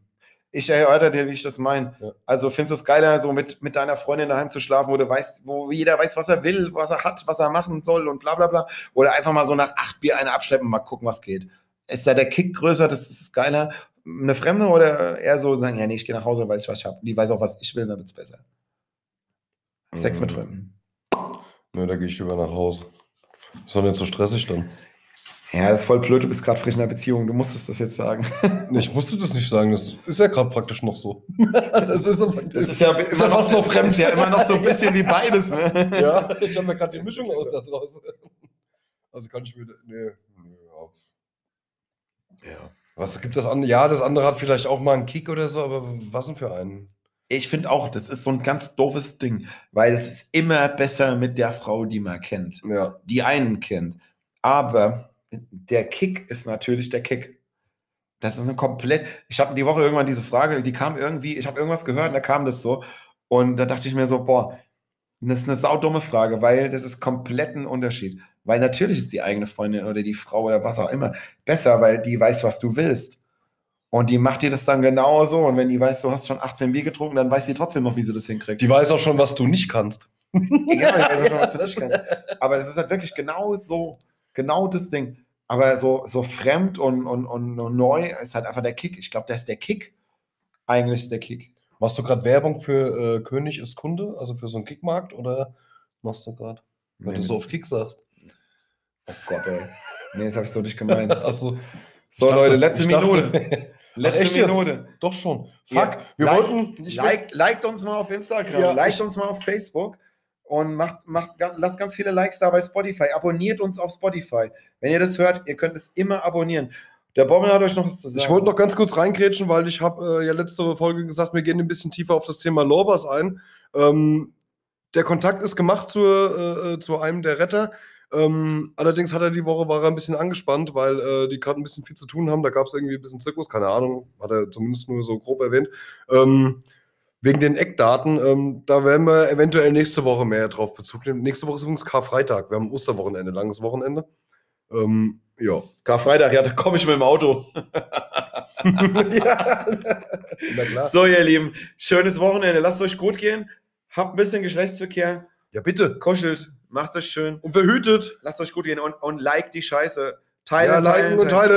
Speaker 1: Ich erörter dir, wie ich das meine.
Speaker 2: Ja.
Speaker 1: Also findest du es geiler, so mit, mit deiner Freundin daheim zu schlafen, wo du weißt, wo jeder weiß, was er will, was er hat, was er machen soll und bla bla bla. Oder einfach mal so nach acht Bier eine abschleppen, mal gucken, was geht. Ist da der Kick größer, das ist geiler? Eine Fremde oder eher so sagen, ja, nee, ich gehe nach Hause, weiß ich, was ich habe. Die weiß auch, was ich will, dann wird's besser. Sex mit Fremden.
Speaker 2: Ne, da gehe ich lieber nach Hause. Ist doch nicht so stressig dann.
Speaker 1: Ja, das ist voll blöd, du bist gerade frisch in einer Beziehung, du musstest das jetzt sagen.
Speaker 2: Ich musste das nicht sagen, das ist ja gerade praktisch noch so. das ist aber
Speaker 1: Das ist ja,
Speaker 2: Ist ja fast noch fremd.
Speaker 1: Ist ja immer noch so ein bisschen wie beides, ne?
Speaker 2: Ja, ich habe mir gerade die
Speaker 1: Ist
Speaker 2: Mischung
Speaker 1: wirklich
Speaker 2: aus
Speaker 1: so.
Speaker 2: da draußen. Also kann ich mir. Nee. nee, Ja. ja. Was gibt das andere? Ja, das andere hat vielleicht auch mal einen Kick oder so, aber was denn für einen?
Speaker 1: Ich finde auch, das ist so ein ganz doofes Ding, weil es ist immer besser mit der Frau, die man kennt,
Speaker 2: Ja.
Speaker 1: die einen kennt. Aber der Kick ist natürlich der Kick. Das ist ein komplett. Ich habe die Woche irgendwann diese Frage, die kam irgendwie, ich habe irgendwas gehört und da kam das so. Und da dachte ich mir so, boah, das ist eine saudumme Frage, weil das ist komplett ein Unterschied. Weil natürlich ist die eigene Freundin oder die Frau oder was auch immer besser, weil die weiß, was du willst. Und die macht dir das dann genauso. Und wenn die weiß, du hast schon 18 Bier getrunken, dann weiß sie trotzdem noch, wie sie das hinkriegt.
Speaker 2: Die weiß auch schon, was du nicht kannst.
Speaker 1: Egal, ich weiß ja schon, was du nicht kannst. Aber es ist halt wirklich genau so, genau das Ding. Aber so, so fremd und, und, und, und neu ist halt einfach der Kick. Ich glaube, das ist der Kick. Eigentlich der Kick.
Speaker 2: Machst du gerade Werbung für äh, König ist Kunde, also für so einen Kickmarkt oder machst du gerade, wenn du
Speaker 1: Nee,
Speaker 2: so auf Kick sagst?
Speaker 1: Oh Gott, ey. Nee, das habe ich so nicht gemeint.
Speaker 2: Achso.
Speaker 1: So, Leute, letzte Minute. Letzte
Speaker 2: echt jetzt?
Speaker 1: Minute.
Speaker 2: Doch schon.
Speaker 1: Ja.
Speaker 2: Fuck, wir
Speaker 1: Like-
Speaker 2: wollten. ich-
Speaker 1: Liked, liked uns mal auf Instagram,
Speaker 2: Ja,
Speaker 1: liked uns mal auf Facebook und macht, macht, ga- lasst ganz viele Likes da bei Spotify. Abonniert uns auf Spotify. Wenn ihr das hört, ihr könnt es immer abonnieren. Der Bommel hat euch noch was zu sagen.
Speaker 2: Ich wollte noch ganz kurz reingrätschen, weil ich habe äh, ja letzte Folge gesagt, wir gehen ein bisschen tiefer auf das Thema Lorbas ein. Ähm, der Kontakt ist gemacht zur, äh, zu einem der Retter. Ähm, allerdings hat er die Woche war er ein bisschen angespannt, weil äh, die gerade ein bisschen viel zu tun haben. Da gab es irgendwie ein bisschen Zirkus, keine Ahnung, hat er zumindest nur so grob erwähnt. Ähm, wegen den Eckdaten, ähm, da werden wir eventuell nächste Woche mehr drauf Bezug nehmen. Nächste Woche ist übrigens Karfreitag. Wir haben Osterwochenende, langes Wochenende. Ähm, ja.
Speaker 1: Karfreitag, ja, da komme ich mit dem Auto.
Speaker 2: ja. Na klar.
Speaker 1: So, ihr Lieben, schönes Wochenende. Lasst euch gut gehen. Habt ein bisschen Geschlechtsverkehr.
Speaker 2: Ja, bitte.
Speaker 1: Kuschelt. Macht euch schön.
Speaker 2: Und verhütet.
Speaker 1: Lasst euch gut gehen und, und like die Scheiße. Teilen,
Speaker 2: ja,
Speaker 1: teilen,
Speaker 2: liken und
Speaker 1: teilen.
Speaker 2: teilen.